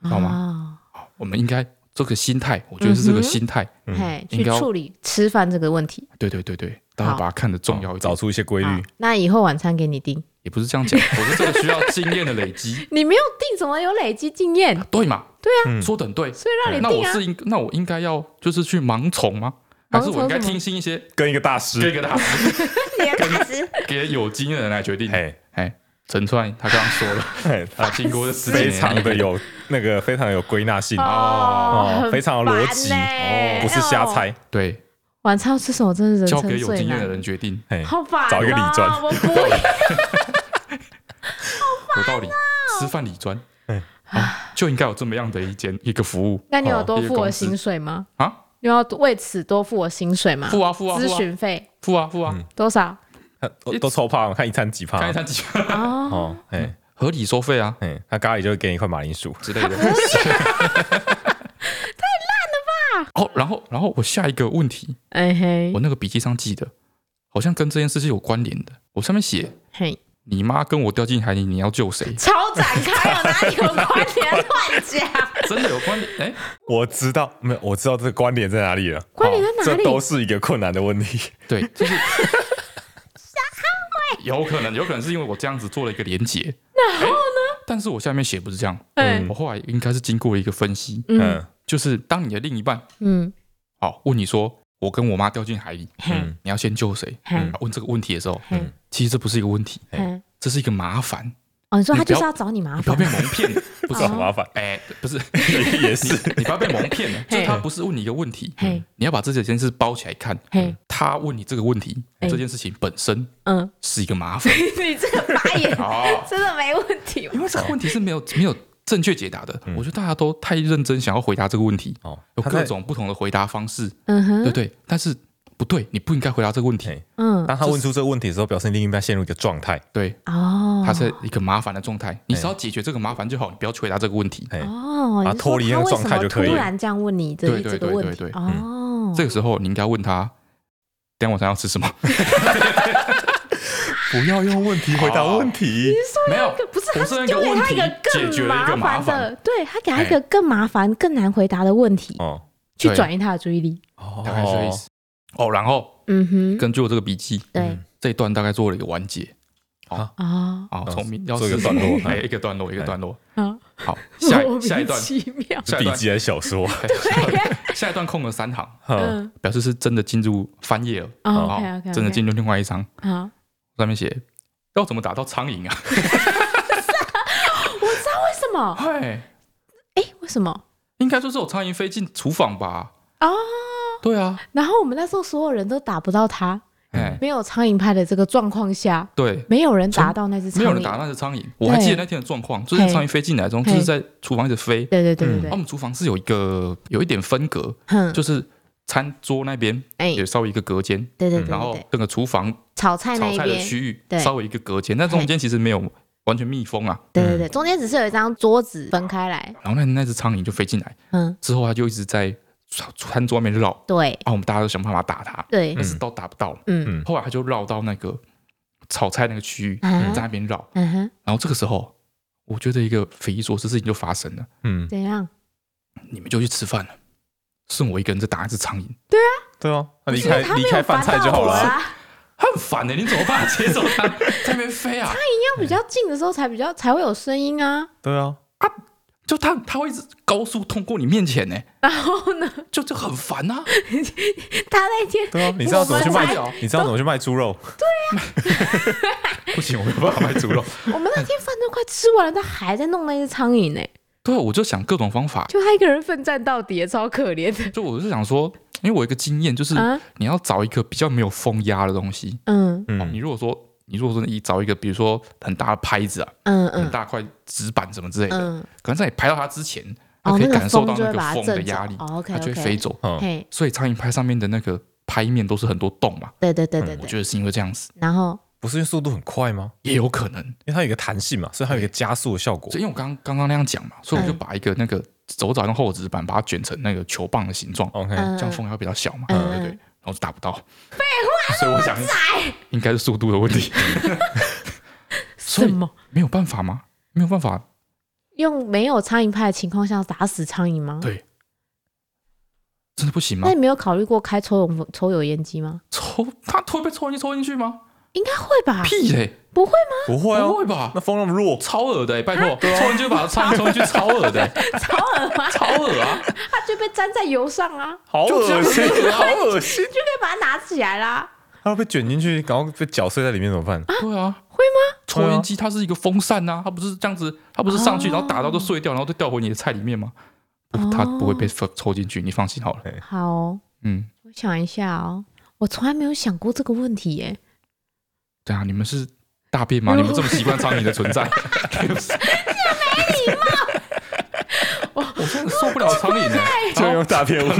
S2: 知道
S1: 吗？
S2: 好，我们应该这个心态，我觉得是
S1: 嗯
S2: 这个心态，
S1: 嘿，
S2: 嗯应
S1: 去
S2: 该要
S1: 处理吃饭这个问题。
S2: 对对对对，大家把它看得重要一点
S3: 找，出一些规
S1: 好
S3: 律。
S1: 那以后晚餐给你订，
S2: 也不是这样讲，我是这个需要经验的累积，
S1: 你没有订，怎么有累积经验？
S2: 对嘛？
S1: 对
S2: 啊，说的很对。
S1: 所以让你
S2: 那
S1: 订
S2: 我
S1: 啊
S2: 是。应，那我应该要就是去盲从吗？还是我应该听信一 些
S3: 跟一个大
S2: 这
S3: 师，
S2: 个大师，
S1: 你的大师，
S2: 给有经验的人来决定？
S3: 嘿，
S2: 哎，陈川他刚刚说 了，
S3: 嘿
S2: 他经过这十几年
S3: 非常的有那个非常有归纳性
S1: 哦
S3: 哦，非常有逻辑，
S1: 很烦
S3: 哦
S1: 呢
S3: 不是瞎
S1: 哎
S3: 猜。
S2: 对，
S1: 晚餐要吃什么？真的人
S2: 交
S1: 生
S2: 给有
S1: 最
S2: 经验的
S1: 难。
S2: 人决定，
S3: 嘿，
S1: 好烦、啊，
S3: 找一个理专
S1: 我不 要。
S2: 有道理。吃饭理专，啊就应该有这么样的一间一个服务
S1: 那你有
S3: 哦
S1: 多
S2: 一个
S1: 付我
S2: 公司
S1: 薪水吗？
S2: 啊，
S1: 你要为此多付我薪水吗？
S2: 付啊付啊付
S1: 咨
S2: 啊
S1: 询费
S2: 付啊付啊，
S1: 多 少？
S3: 哦都都抽趴，我看一餐几趴
S2: 看一。餐几
S1: 哦，
S3: 哦，嘿，
S2: 合理收费啊，
S3: 嘿，他咖喱就会给你一块马铃薯，
S2: 之类的。太烂了吧！哦，然后然后我下一个问题，
S1: 哎嘿
S2: 我，那个笔记上记的，好像跟这件事是有关联的。我上面写
S1: 嘿，
S2: 你妈跟我掉进海里，你要救 谁？
S1: 超展开哦，哪里有关联？ 乱讲，
S2: 真的有关联？哎、
S3: 我知道，没有，我知道这个关联在哪里了。哦
S1: 关联在哪
S3: 这
S1: 里？
S3: 都是一个困难的问题。
S2: 对，就是 有可能，有可能是因为我这样子做了一个连结。然后呢？但是我下面写不是这样，
S1: 哎
S2: 我后来应该是经过一个分析，
S1: 嗯
S3: 嗯
S2: 就是当你的另一半
S1: 嗯
S2: 好哦问你说我跟我妈掉进海里，嗯
S1: 嘿
S2: 你要先救谁？
S1: 嘿
S2: 嗯问这个问题的时候，嗯
S1: 嘿
S2: 其实这不是一个问题，哎
S1: 嘿，
S2: 这是一个麻烦，
S1: 哦，你说他
S2: 嗯你不
S1: 就
S2: 要
S1: 是要找你麻
S2: 你不要
S1: 烦
S2: 被，蒙 骗，不
S3: 不
S2: 是
S3: 是很麻
S1: 哦
S3: 烦，
S2: 哎、不是，
S3: 也是
S2: 你不要被蒙骗了，
S1: 嘿
S2: 就是他不是问你一个问题嗯
S1: 嘿，
S2: 你要把这几件事包起来看嗯
S1: 嘿。
S2: 他问你这个问题，
S1: 哎
S2: 这件事情本身
S1: 嗯，
S2: 是一个麻烦
S1: 你这个白眼
S2: 哦，
S1: 真的没问题吗
S2: 因？为这个问题是没有没有正确解答的。我觉得大家都太认真想要回答这个问题，
S3: 哦。
S2: 有
S3: 嗯他在
S2: 各，种不同的回答方式，
S1: 嗯
S2: 对不
S1: 哼，
S2: 对？但是不对，你不应该回答这个问题
S3: 嘿。
S1: 嗯，
S3: 当他问出这个问题的时候，表示另一半陷入一个状态。
S2: 对，
S1: 哦，
S2: 它是一个麻烦的状态，你只要解决这个麻烦就好，你不要去回答这个问题。
S3: 哎，
S1: 哦，
S3: 把
S1: 你
S3: 它
S1: 说
S3: 脱离那个
S1: 他为
S3: 状
S1: 什
S3: 态
S1: 么
S3: 就可以
S1: 突
S3: 了
S1: 然这样问你这
S2: 对对
S1: 这个
S2: 对
S1: 问
S2: 对
S1: 题
S2: 对
S1: 哦，
S2: 这个时候你应该问他，等一下晚上要 吃什么？不要用问题
S3: 回答问题，
S2: 没有
S1: 不是，
S2: 我
S1: 他
S2: 是那
S1: 就
S2: 个
S1: 给
S2: 问
S1: 他一
S2: 题
S1: 个
S2: 解
S1: 更
S2: 决了一个麻
S1: 麻烦的
S2: 烦，
S1: 对他给他一个更麻烦、更难回答的问题，
S3: 哦
S1: 去
S2: 对
S1: 转移他的注意力。
S3: 哦
S2: 大概是这个意思。哦，然后
S1: 嗯哼，
S2: 根据我这个笔记，
S1: 对
S2: 这一段大概做了一个完结。
S1: 啊
S2: 啊，
S3: 哦
S2: 从明要
S3: 做一个
S2: 是
S3: 段落 哎
S2: 哎，一个段落，一个段落。
S1: 啊，
S2: 好，下
S1: 莫
S2: 一
S1: 名
S2: 下一段，
S1: 其妙，
S3: 是
S2: 下一
S3: 笔
S2: 段，
S3: 记还是小说？
S2: 下一段 空了三行，
S3: 嗯
S1: 嗯
S2: 表示是真的进入翻页了，
S1: 哦，OK OK，
S2: 真的进入另外一章。
S1: 好，
S2: 上面写要怎么打到苍 蝇啊？
S1: 为什么？
S2: 哎，
S1: 哎，为什么？
S2: 应该就是有苍蝇飞进厨房吧？
S1: 哦，
S2: 对啊，
S1: 然后我们那时候所有人都打不到他，
S2: 哎，
S1: 没有苍蝇拍的这个状况下，
S2: 对，
S1: 没有人打到那只苍
S2: 没
S1: 蝇，
S2: 有人打那只苍蝇。我还记得那天的状况，就是苍蝇飞进来中，就是在厨房一直飞。
S1: 对对对对嗯
S2: 啊我
S1: 对，
S2: 们厨房是有一个有一点分隔，
S1: 哼，
S2: 就是餐桌那边
S1: 哎，
S2: 有稍微一个隔间，
S1: 对对对
S2: 嗯
S1: 对
S2: 然后
S1: 对，
S2: 整个厨房
S1: 炒菜那
S2: 炒
S1: 一
S2: 菜的
S1: 边，
S2: 区域
S1: 对
S2: 稍微一个隔间，但中间其实没有完全密封啊。
S1: 对对对，中间只是有一张桌子分开来，
S2: 然后那那只苍蝇就飞进来，
S1: 嗯，
S2: 之后它就一直在餐餐桌外面绕，
S1: 对
S2: 啊，我们大家都想办法打它，
S1: 对
S2: 但，是都打不到。
S1: 嗯
S3: 嗯
S2: 后来它就绕到那个炒菜那个区域，
S1: 嗯
S2: 在那边绕。
S1: 嗯哼，
S2: 然后这个时候，我觉得一个匪夷所思事情就发生了。
S3: 嗯，
S1: 怎样？
S2: 你们就去吃饭了，剩我一个人在打一只苍蝇，
S3: 对啊，那离
S1: 因为
S3: 开
S1: 他
S3: 离
S1: 没
S3: 开
S1: 有
S3: 饭
S1: 烦
S3: 菜就
S1: 到
S3: 好
S1: 我
S3: 了。
S1: 啊，
S2: 他很烦的、欸你怎么办法接受 它在那边飞啊？
S1: 要比较近的时候才比较才会有声音啊。
S3: 对啊，
S2: 就它它会一直高速通过你面前呢、
S1: 然后呢，
S2: 就就很烦啊！
S1: 他那天
S3: 对啊，你知道怎么去卖
S2: 我们才？
S3: 你知道怎么去卖猪肉？
S2: 不行，我没有办法卖猪肉。
S1: 我们那天饭都快吃完了，他还在弄那只苍蝇呢，
S2: 对啊，我就想各种方法，
S1: 就他一个人奋战到底，超可怜的。
S2: 就我是想说，因为我有一个经验就是，
S1: 啊，
S2: 你要找一个比较没有风压的东西。
S1: 嗯
S2: 哦你
S3: 嗯
S2: 如果说你如果说你找一个，比如说很大的拍子啊，
S1: 嗯
S2: 很
S1: 嗯
S2: 大块纸板什么之类的，
S1: 嗯，
S2: 可能在你拍到它之前，它
S1: 哦，
S2: 可以
S1: 个
S2: 感受
S1: 风
S2: 到
S1: 就
S2: 那
S1: 会
S2: 个
S1: 把它
S2: 风
S1: 震
S2: 的
S1: 走
S2: 压力，
S1: 哦，OK，
S2: 它就会飞。走。
S3: 嗯，
S1: 嘿，
S2: 所以苍蝇拍上面的那个拍面都是很多洞嘛，
S1: 对对对对
S2: 嗯我
S1: 对，
S2: 觉得是因为这样子，
S1: 然后
S3: 不是因为速度很快吗？
S2: 也有可能。
S3: 因为它有一个弹性嘛，所以它有一个加速的效果
S2: 所以。因为我刚刚刚那样讲嘛，所以我就把一个那个手掌用厚纸板把它卷成那个球棒的形状，
S3: OK，
S1: 嗯
S2: 哎这样风压比较小嘛，
S1: 嗯
S2: 对不对？然后就打不到。废话， 所以我想应该是速度的问 题，所
S1: 什
S2: 以
S1: 么？
S2: 没有办法吗？没有办法，
S1: 用没有苍蝇拍的情况下打死苍蝇吗？
S2: 对真的不行吗
S1: 那？你没有考虑过开抽油抽油烟机吗？
S2: 抽它会被抽进去抽进去吗？
S1: 应该会吧？
S2: 屁嘞，
S1: 啊不会吗？
S3: 不会啊
S2: 不，会吧
S3: 那？风那么弱，
S2: 超恶的欸，拜托，抽进去把它苍蝇抽进去，超恶的欸，
S1: 超恶吗？
S2: 超恶啊！
S1: 它就被粘在油上啊，
S3: 好恶心
S2: 就这，样
S3: 好恶心
S1: 你！就可以把它拿起来啦。
S3: 它会被卷进去，然后被绞碎在里面怎么办？
S2: 对啊，
S1: 会
S2: 吗？抽烟机它是一个风扇呐、它不是这样子，它不是上去然后打到就碎掉，然后就掉回你的菜里面吗？不
S1: 哦，
S2: 它不会被抽抽进去，你放心好了。
S1: 好哦、
S2: 嗯，
S1: 我想一下哦，我从来没有想过这个问题耶。
S2: 对啊，你们是大便吗？
S1: 如
S2: 你
S1: 果
S2: 们这么习惯苍蝇的存 在， 我真的受不了苍蝇了。欸
S1: 哦
S3: 就
S2: 然
S3: 用
S2: 后，
S3: 大片物，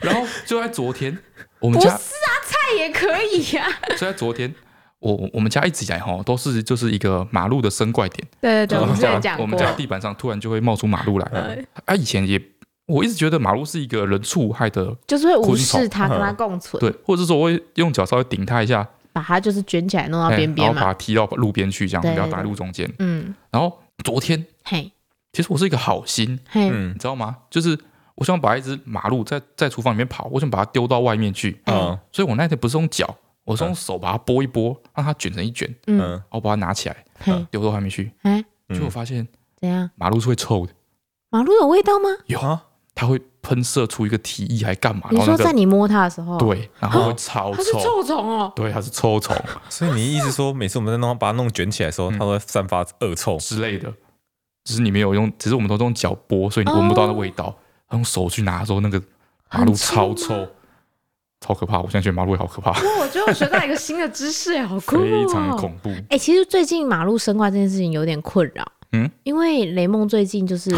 S2: 然后就在昨天，我
S1: 不
S2: 们
S1: 是
S2: 家
S1: 啊，菜也可以呀、啊。
S2: 就在昨天，我我我们家一直以来哈都是就是一个马路的生怪点，
S4: 对对对，
S2: 我
S4: 我
S2: 们
S4: 们之前
S2: 家
S4: 讲
S2: 哦我
S4: 过，
S2: 们家地板上突然就会冒出马路来
S1: 呃
S4: 嗯。
S2: 啊，以前也我一直觉得马路是一个人畜无害的，
S1: 就是会无
S2: 昆虫
S1: 视它，跟它
S3: 嗯
S1: 共存，
S2: 对，或者是说我会用脚稍微顶它一下，
S1: 把它就是卷起来弄到
S2: 哎
S1: 边
S2: 然后
S1: 边
S2: 把
S1: 嘛。
S2: 它踢到路边去，这样
S1: 对
S2: 不要挡在
S1: 对对
S2: 路中间。
S1: 嗯，
S2: 然后昨天
S1: 嘿，
S2: 其实我是一个好心，
S1: 嘿，
S3: 嗯
S2: 你知道吗？就是我想把一只马鹿在在厨房里面跑，我想把它丢到外面去，
S3: 嗯
S2: 所以我那天不是用脚，我是用手把它拨一拨，让它卷成一卷，
S1: 嗯，
S3: 嗯，
S2: 然后把它拿起来
S1: 嘿，
S2: 丢到外面去。
S1: 哎，
S2: 结果发现
S1: 怎样？
S2: 马鹿是会臭的，
S1: 马路有味道吗？
S2: 有
S3: 啊
S2: 它会喷射出一个体液还干嘛？
S1: 你
S2: 然后
S1: 说
S2: 那
S1: 在
S2: 个
S1: 你摸它的时候，，
S2: 对，然后会超
S1: 哦它是
S2: 臭。
S1: 臭虫哦。
S2: 对，它是臭虫
S3: 所以你意思说，每次我们在弄把它弄卷起来的时候，它都会散发恶臭，
S2: 之类的，只是你没有用，只是我们都用脚拨，所以你闻不到那味道。用手去拿的时候，那个马路
S1: 很臭
S2: 超
S1: 吗
S2: 臭，超可怕。我现在觉得马路也好可怕，
S1: 哦
S4: 哇，我觉得我学到一个新的知识，好酷、哦，
S2: 非常恐怖。
S1: 哎、其实最近马路生怪这件事情有点困扰，
S2: 嗯，
S1: 因为雷梦最近 就是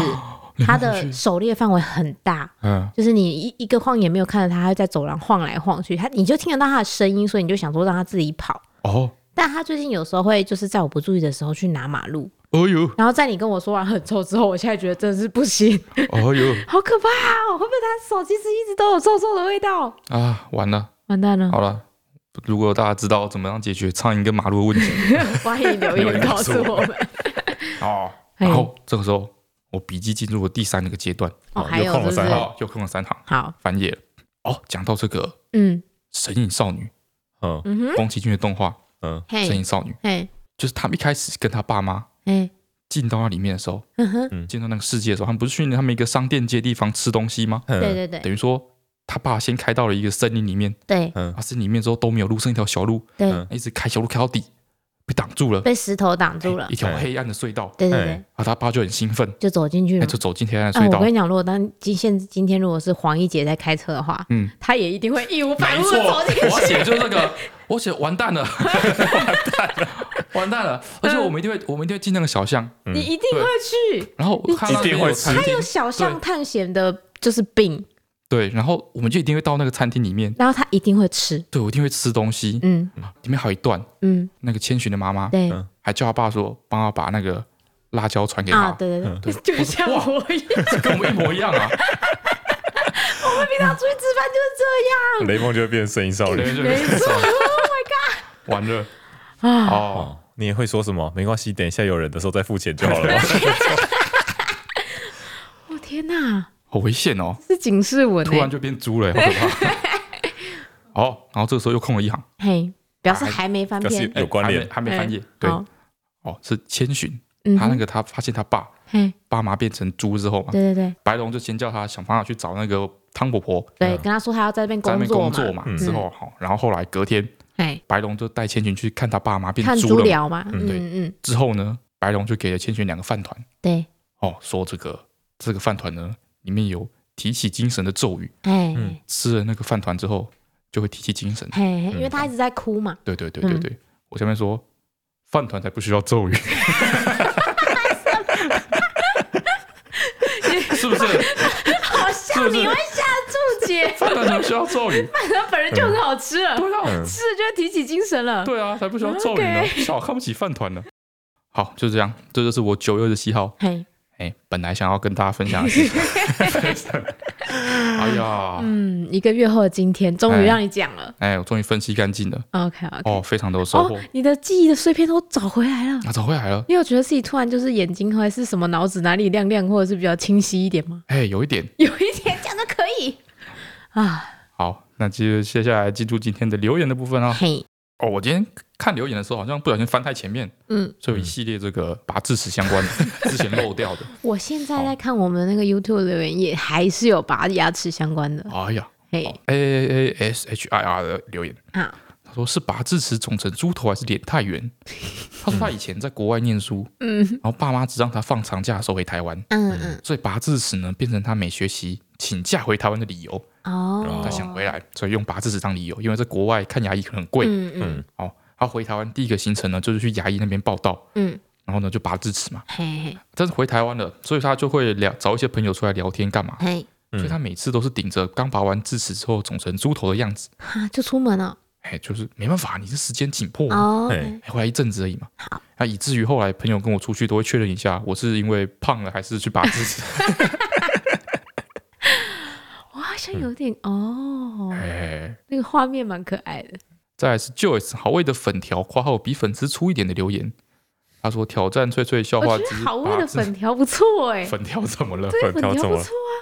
S1: 他的狩猎范围很大，
S2: 嗯，
S1: 就是你一一个晃眼没有看着他，他会在走廊晃来晃去，他你就听得到他的声音，所以你就想说让他自己跑。
S2: 哦，
S1: 但他最近有时候会就是在我不注意的时候去拿马路，
S2: 哎呦，
S1: 然后在你跟我说完很臭之后，我现在觉得真的是不行，
S2: 哎呦
S1: 好可怕哦！会不会他手其实一直都有臭臭的味道？
S2: 啊，完了，
S1: 完蛋了！
S2: 好了。如果大家知道怎么样解决苍蝇跟马路的问题
S1: 欢迎留言告诉我们。
S2: 哦，
S1: 嘿
S2: 然后这个时候我笔记进入了第三个阶段，
S1: 哦，
S3: 好
S1: 还
S3: 又
S1: 有
S3: 空了
S1: 是不
S3: 三
S1: 是？
S2: 好，又空了三行，
S1: 好，
S2: 翻页了。哦，讲到这个
S1: 嗯
S2: 神隐少女，
S3: 嗯
S1: 嗯哎哼，
S2: 宫崎骏的动画
S3: 嗯，
S2: 《神隐
S1: 嘿，
S2: 少女》，
S1: 嘿，
S2: 就是他们一开始跟他爸妈
S1: 嘿，
S2: 进到那里面的时候，
S1: 嗯哼。
S2: 进到那个世界的时候，他们不是去他们一个商店街地方吃东西吗？
S1: 对
S3: 嗯
S1: 对对
S2: 等于说他爸先开到了一个森林里面，
S1: 对
S2: 啊，森林里面之后都没有路，剩一条小路，
S1: 对
S3: 嗯，
S2: 一直开小路开到底，被挡住了，
S1: 被石头挡住了
S2: 一。条黑暗的隧道。
S1: 对对对
S3: 哎，
S2: 啊，他爸就很兴奋，
S1: 就走进去
S2: 哎，
S1: 了。
S2: 就走进黑暗
S1: 哎，
S2: 隧
S1: 我
S2: 道
S1: 跟。你讲，如果当今现今天如果是黄奕姐在开车的话，
S2: 嗯，
S1: 她也一定会义无反
S2: 没
S1: 顾
S2: 错
S1: 的走进，
S2: 我
S1: 去。
S2: 写就是 那个，我写完蛋了， 完蛋了，完蛋了！而且我们一定会，我们一定会进那个小巷，
S1: 你一定会去。
S2: 然后我看到那边有餐
S1: 她
S2: 厅
S1: 有，小巷探险的，就是病，
S2: 对，然后我们就一定会到那个餐厅里面，
S1: 然后她一定会吃。
S2: 对我一定会吃东西。
S1: 嗯
S2: 里面还有一段，
S1: 嗯，
S2: 那个千寻的妈妈
S1: 对
S3: 嗯
S2: 还叫他爸说，帮他把那个辣椒传给
S1: 啊，
S2: 他，
S1: 对对对，
S2: 对
S1: 就像
S2: 哇
S1: 我一样，
S2: 这跟我们一模一 样啊。
S1: 平常出去吃饭就是这样。
S3: 雷梦就会变成声音少女。
S2: 对，没错。Oh my god！完了
S1: 啊
S2: 哦，
S3: 哦，你也会说什么？没关系，等一下有人的时候再付钱就好了。
S1: 我天哪，
S2: 好危险哦，
S1: 是警示文
S2: 突然
S1: 欸
S2: 就变猪了，好可怕。 好，然后这个时候又空了一行，
S1: 嘿，表示还没翻
S3: 表示
S1: 篇。
S2: 哎
S3: 有关联
S2: 还没还没翻页。对，
S1: 好，
S2: 哦，是千寻，
S1: 嗯
S2: 他那
S1: 哼，
S2: 个他发现他爸
S1: 嘿，
S2: 爸妈变成猪之后嘛，
S1: 对对对
S2: 白龙就先叫他想办法去找那个汤婆婆
S1: 对，
S3: 嗯
S1: 跟她说她要在那边
S2: 在那边
S1: 作
S2: 工
S1: 嘛
S2: 作，嘛，
S3: 嗯
S2: 之后好，然后后来隔天
S1: 哎，
S2: 白龙就带千寻去看他爸妈变
S1: 看
S2: 猪
S1: 猪
S2: 了嘛。
S1: 疗嘛，
S3: 嗯
S1: 嗯
S2: 对
S1: 嗯，
S2: 之后呢，白龙就给了千寻两个饭团，
S1: 对，
S2: 哦，说这个这个饭团呢里面有提起精神的咒语，
S1: 哎
S3: 嗯
S2: 吃了那个饭团之后就会提起精神。
S1: 嘿，因为他一直在哭嘛，
S2: 对对对
S1: 嗯
S2: 对对，我下面说饭团才不需要 咒语，是不是？
S1: 好
S2: 是
S1: 像
S2: 不是
S1: 你会下注 解，
S2: 饭团才不需要 咒语，
S1: 他本人就很好吃了，
S2: 对啊，
S1: 吃了就会提起精神了。
S2: 对啊，才不需要咒语呢，小看不起饭团呢。好，就这样，这就是我九月二十七号，
S1: 嘿，
S2: 哎，本来想要跟大家分享的事 情，哎呀，
S1: 嗯，一个月后的今天，终于
S2: 哎
S1: 让你讲了。
S2: 哎，我终于分析干净了，
S1: OK OK，
S2: 哦，非常的有收获
S1: 哦，，你的记忆的碎片都找回来了。
S2: 啊，找回来了，
S1: 你有觉得自己突然就是眼睛还是什么脑子哪里亮亮，或者是比较清晰一点吗？
S2: 哎，有一点
S1: 有一点讲的可以啊，
S2: 好，那接接下来进入今天的留言的部分啊。
S1: 嘿，
S2: 哦，我今天看留言的时候，好像不小心翻太前面，
S1: 嗯，
S2: 所以有一系列这个拔智齿相关的 之前漏掉的。
S1: 我现在在看我们那个 YouTube 留言，也还是有拔牙齿相关的。
S2: 哎呀
S1: 嘿，
S2: ，A A A S H I R 的留言，
S1: 啊，
S2: 他说是拔智齿肿成猪头还是脸太圆？他说他以前在国外念书，
S1: 嗯
S2: 然后爸妈只让他放长假的时候回台湾，
S1: 嗯
S2: 所以拔智齿呢变成他每学期请假回台湾的理由。
S1: 嗯，哦，
S2: 他想回来，所以用拔智齿当理由，因为在国外看牙医很贵。
S1: 嗯嗯
S3: 嗯，
S2: 哦，他回台湾第一个行程呢就是去牙医那边报道，
S1: 嗯，
S2: 然后呢就拔智齿嘛。
S1: 嘿嘿
S2: 但是回台湾了，所以他就会聊找一些朋友出来聊天干嘛？
S1: 嘿，
S2: 所以他每次都是顶着刚拔完智齿之后肿成猪头的样子，
S1: 哈，就出门了，
S2: 哎，就是没办法，你是时间紧迫嘛，
S1: 哦，
S3: 哎
S2: 哎回来一阵子而已嘛。好，啊，以至于后来朋友跟我出去都会确认一下，我是因为胖了还是去拔 智齿。
S4: 我好像有点哦，
S2: 哎，
S4: 那个画面蛮可爱的。
S2: 再来是 Joyce 好味的粉条（括号比粉丝粗一点的留言），他说挑战脆脆消
S4: 我
S2: 化
S4: 觉
S2: 之
S4: 得好味
S2: 拔
S4: 的
S2: 智
S4: 粉条不错哎、
S2: 粉条怎么了？
S4: 对，
S3: 粉
S4: 粉
S3: 条
S4: 条
S3: 怎么
S4: 不
S3: 了
S4: 错啊。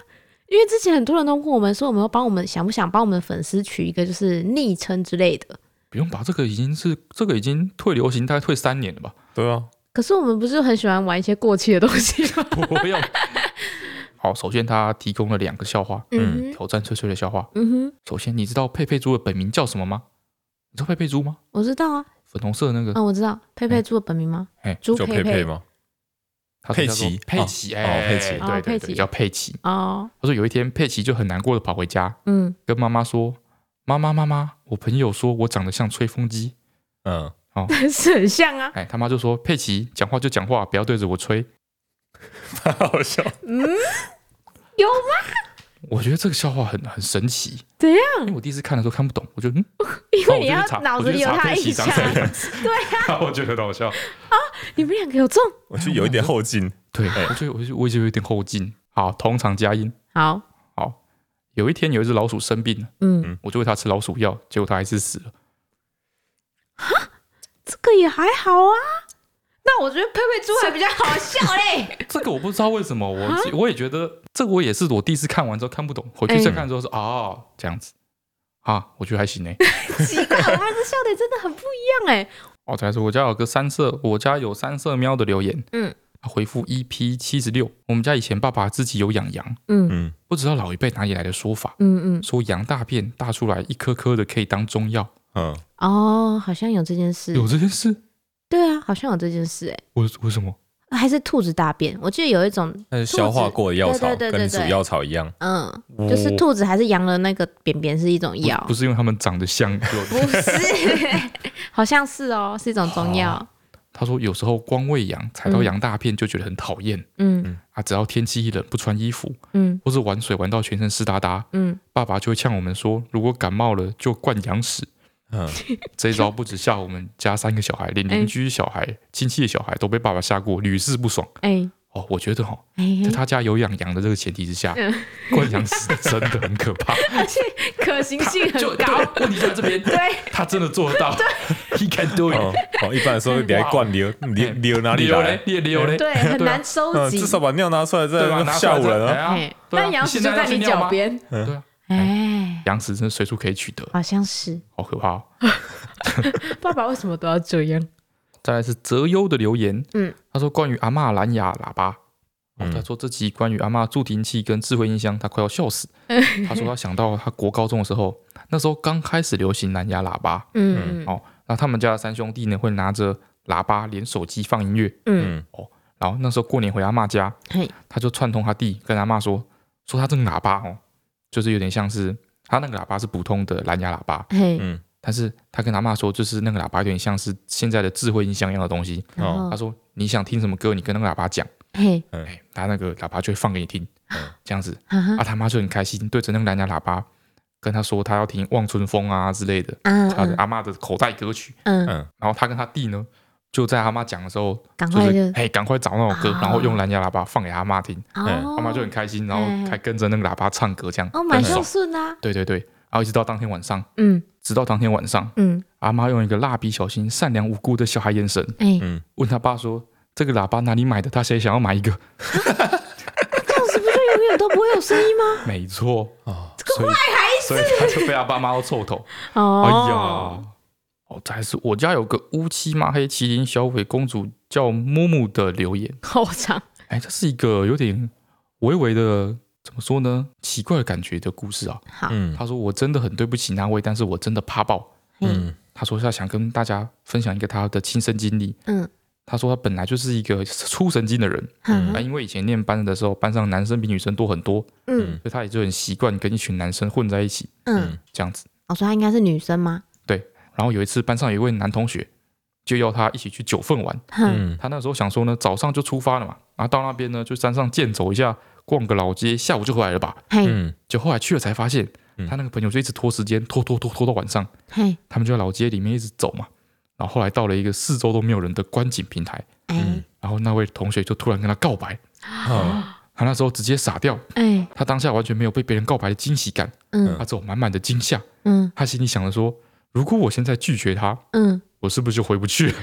S4: 因为之前很多人都问我们说，我们要帮我们想不想帮我们的粉丝取一个就是昵称之类的。
S2: 不用吧，这个已经是这个已经退流行，大概退三年了吧？
S3: 对啊，
S4: 可是我们不是很喜欢玩一些过期的东西吗？
S2: 不用。好，首先他提供了两个笑话，
S1: 嗯哼，
S2: 挑战脆脆的笑话。
S1: 嗯哼，
S2: 首先，你知道佩佩猪的本名叫什么吗？你知道佩佩猪吗？
S4: 我知道啊，
S2: 粉红色的那个，
S4: 嗯，我知道佩佩猪的本名吗？
S2: 哎
S4: 猪
S3: 就
S4: 佩
S3: 佩佩吗？
S2: 他说叫做
S3: 佩奇
S2: 佩奇，
S3: 哦
S2: 哎，
S3: 哦佩奇
S2: 对对
S4: 哦
S2: 对
S4: 佩
S2: 对，
S4: 奇
S2: 叫佩奇。
S4: 哦，
S2: 他说有一天，佩奇就很难过的跑回家，
S1: 嗯，
S2: 跟妈妈说：“妈妈，妈妈，我朋友说我长得像吹风机。
S3: 嗯，
S4: 但 是很像啊”，
S2: 哎，他妈就说：“佩奇，讲话就讲话，不要对着我吹。
S3: 蛮好笑。
S4: 有吗？”
S2: 我觉得这个笑话很很神奇，
S4: 怎样？
S2: 因为我第一次看的时候看不懂，我觉得嗯，
S4: 因
S2: 哦
S4: 为
S2: 我
S4: 你
S2: 就
S4: 要
S2: 去查
S4: 脑
S2: 我
S4: 子
S2: 就
S4: 里
S2: 去
S4: 有
S2: 查
S4: 他
S2: 佩
S4: 的
S2: 奇
S4: 印
S2: 长
S4: 象，
S2: 什么样子，对啊， 我觉得很好笑。
S4: 你们两个有中
S3: 我觉得有一点后劲，
S2: 对，我觉得我就我就有点后劲。好，同场加音。
S4: 好，
S2: 好，有一天有一只老鼠生病了，
S1: 嗯，
S2: 我就喂它吃老鼠药，结果它还是死了。
S4: 这个也还好啊。那我觉得佩佩猪还比较好笑 嘞。
S2: 这个我不知道为什么，我自我也觉得这个我也是我第一次看完之后看不懂，回去再看之后是啊、哦这样子啊，我觉得还行呢。
S4: 奇怪， 我们的笑点真的很不一样哎。
S2: 哦，再来是我家有个三色，我家有三色喵的留言，
S1: 嗯，
S2: 他回复 EP 七十六，我们家以前爸爸自己有养羊，
S1: 嗯
S3: 嗯，
S2: 不知道老一辈哪里来的说法，
S1: 嗯嗯，
S2: 说羊大便大出来一颗颗的可以当中药，
S3: 嗯，
S1: 哦，好像有这件事，
S2: 有这件事？
S1: 对啊，好像有这件事，哎，
S2: 为为什么？
S1: 还是兔子大便，我记得有一种，
S3: 那是消化
S1: 兔子
S3: 过的药草，
S1: 对对对对
S3: 跟你煮
S1: 对
S3: 药草一样。
S1: 嗯，就是兔子还是羊的那个便便是一种药，
S2: 不是因为他们长得像，有
S1: 不 是，
S4: 好像是哦，是一种中药。
S2: 他说有时候光喂羊踩到羊大便就觉得很讨厌、
S1: 嗯
S2: 啊，只要天气一冷不穿衣服，
S1: 嗯
S2: 或是玩水玩到全身湿哒哒，
S1: 嗯，
S2: 爸爸就会呛我们说，如果感冒了就灌羊屎。
S3: 嗯，
S2: 这一招不止吓我们家三个小孩，连邻居小孩、亲戚的小孩都被爸爸吓过，屡试不爽。
S1: 哎
S2: 哦，我觉得哈，
S1: 哎，
S4: 嗯
S2: 在他家有养羊的这个前提之下，灌羊屎真的很可 怕。
S4: 可行性
S2: 就
S4: 很
S2: 对
S4: 高。，
S2: 问题就在这边，
S4: 对，
S2: 他真的做得到。He can do
S3: 哦
S2: it。，
S3: 哦一般来说你还灌流流流哪里
S2: 溜
S3: 来
S2: 嘞？？你也溜嘞，
S4: 对，很
S2: 对啊
S4: 难收
S3: 嗯，
S4: 集
S3: 至。少把尿拿出来再
S2: 对吧？拿出
S3: 吓
S2: 来
S3: 唬人啊！
S2: 哎
S4: 哎
S2: 呀，对啊
S4: 但羊屎就在你脚。边。
S2: 现在要去尿吗对啊，
S1: 哎，
S2: 羊屎真的随处可以取得，
S1: 好像是，
S2: 好可怕哦。
S4: 爸爸为什么都要这样？
S2: 再来是择优的留言，
S1: 嗯，
S2: 他说关于阿嬷蓝牙喇叭，哦
S3: 嗯
S2: 他说这集关于阿嬷助听器跟智慧音箱，他快要笑 死。他说他想到他国高中的时候，那时候刚开始流行蓝牙喇叭，
S1: 嗯
S2: 哦，那他们家的三兄弟呢会拿着喇叭连手机放音乐，
S1: 嗯
S3: 嗯，
S2: 然后那时候过年回阿嬷家
S1: 嘿，
S2: 他就串通他弟跟阿嬷说，说他这个喇叭哦，就是有点像是他那个喇叭是普通的蓝牙喇叭，
S1: 嘿，
S2: 但是他跟阿嬷说，就是那个喇叭有点像是现在的智慧音箱一样的东西。
S1: 然后
S2: 嗯他说你想听什么歌，你跟那个喇叭讲，
S1: 嘿，
S2: 哎，他那个喇叭就会放给你听，这样子。
S1: 哈哈
S2: 啊，他妈就很开心，对着那个蓝牙喇叭跟他说他要听《望春风》啊之类的，
S1: 啊
S2: 他的
S1: 嗯
S2: 阿嬷的口袋歌曲。
S1: 嗯，
S2: 然后他跟他弟呢，就在阿妈讲的时候，
S1: 赶
S2: 就
S1: 快
S2: 是
S1: 就
S2: 哎，赶快找那首歌，
S1: 啊
S2: 然后用蓝牙喇叭放给阿妈听，
S1: 哦，
S2: 阿哎妈就很开心，然后
S1: 哎
S2: 还跟着那个喇叭唱歌，这样
S1: 哦，
S2: 很
S1: 蛮孝
S2: 爽。
S1: 顺啊，
S2: 对对对，然后一直到当天晚上，
S1: 嗯
S2: 直到当天晚上，
S1: 嗯，
S2: 阿妈用一个蜡笔小新、善良无辜的小孩眼神
S1: 哎，
S2: 问他爸说：“这个喇叭哪里买的？他谁想要买一个
S1: 这样子不就永远都不会有声音吗？？”
S2: 没错啊，所以所以他就被他爸妈要臭头。哎
S1: 哦，
S2: 呀，哦，这还是我家有个乌漆嘛黑麒麟小鬼公主叫木木的留言。
S4: 好长。
S2: 哎，这是一个有点微微的怎么说呢？奇怪的感觉的故事啊。
S1: 好，
S3: 嗯
S2: 他说：“我真的很对不起那位，但是我真的怕爆。”
S1: 嘿，
S3: 嗯
S2: 他说他想跟大家分享一个他的亲身经历。
S1: 嗯，
S2: 他说他本来就是一个出神经的人，
S1: 嗯
S2: 啊，因为以前念班的时候，班上男生比女生多很多，
S1: 嗯
S2: 所以他也就很习惯跟一群男生混在一起
S1: 嗯，
S2: 这样子。
S1: 我说她应该是女生吗？
S2: 然后有一次，班上有一位男同学就要他一起去九份玩，
S1: 哼，
S3: 嗯
S2: 他那时候想说呢，早上就出发了嘛，然后到那边呢就山上健走一下，逛个老街，下午就回来了吧。
S1: 嘿，
S3: 嗯
S2: 就后来去了才发现，他那个朋友就一直拖时间，拖拖拖拖到晚上，
S1: 嘿，
S2: 他们就在老街里面一直走嘛。然后后来到了一个四周都没有人的观景平台，
S1: 哎
S2: 然后那位同学就突然跟他告白，
S3: 哦
S2: 他那时候直接傻掉，
S1: 哎，
S2: 他当下完全没有被别人告白的惊喜感，
S1: 嗯
S2: 他只有满满的惊吓。
S1: 嗯
S2: 他心里想着说：如果我现在拒绝他，
S1: 嗯，
S2: 我是不是就回不 去了？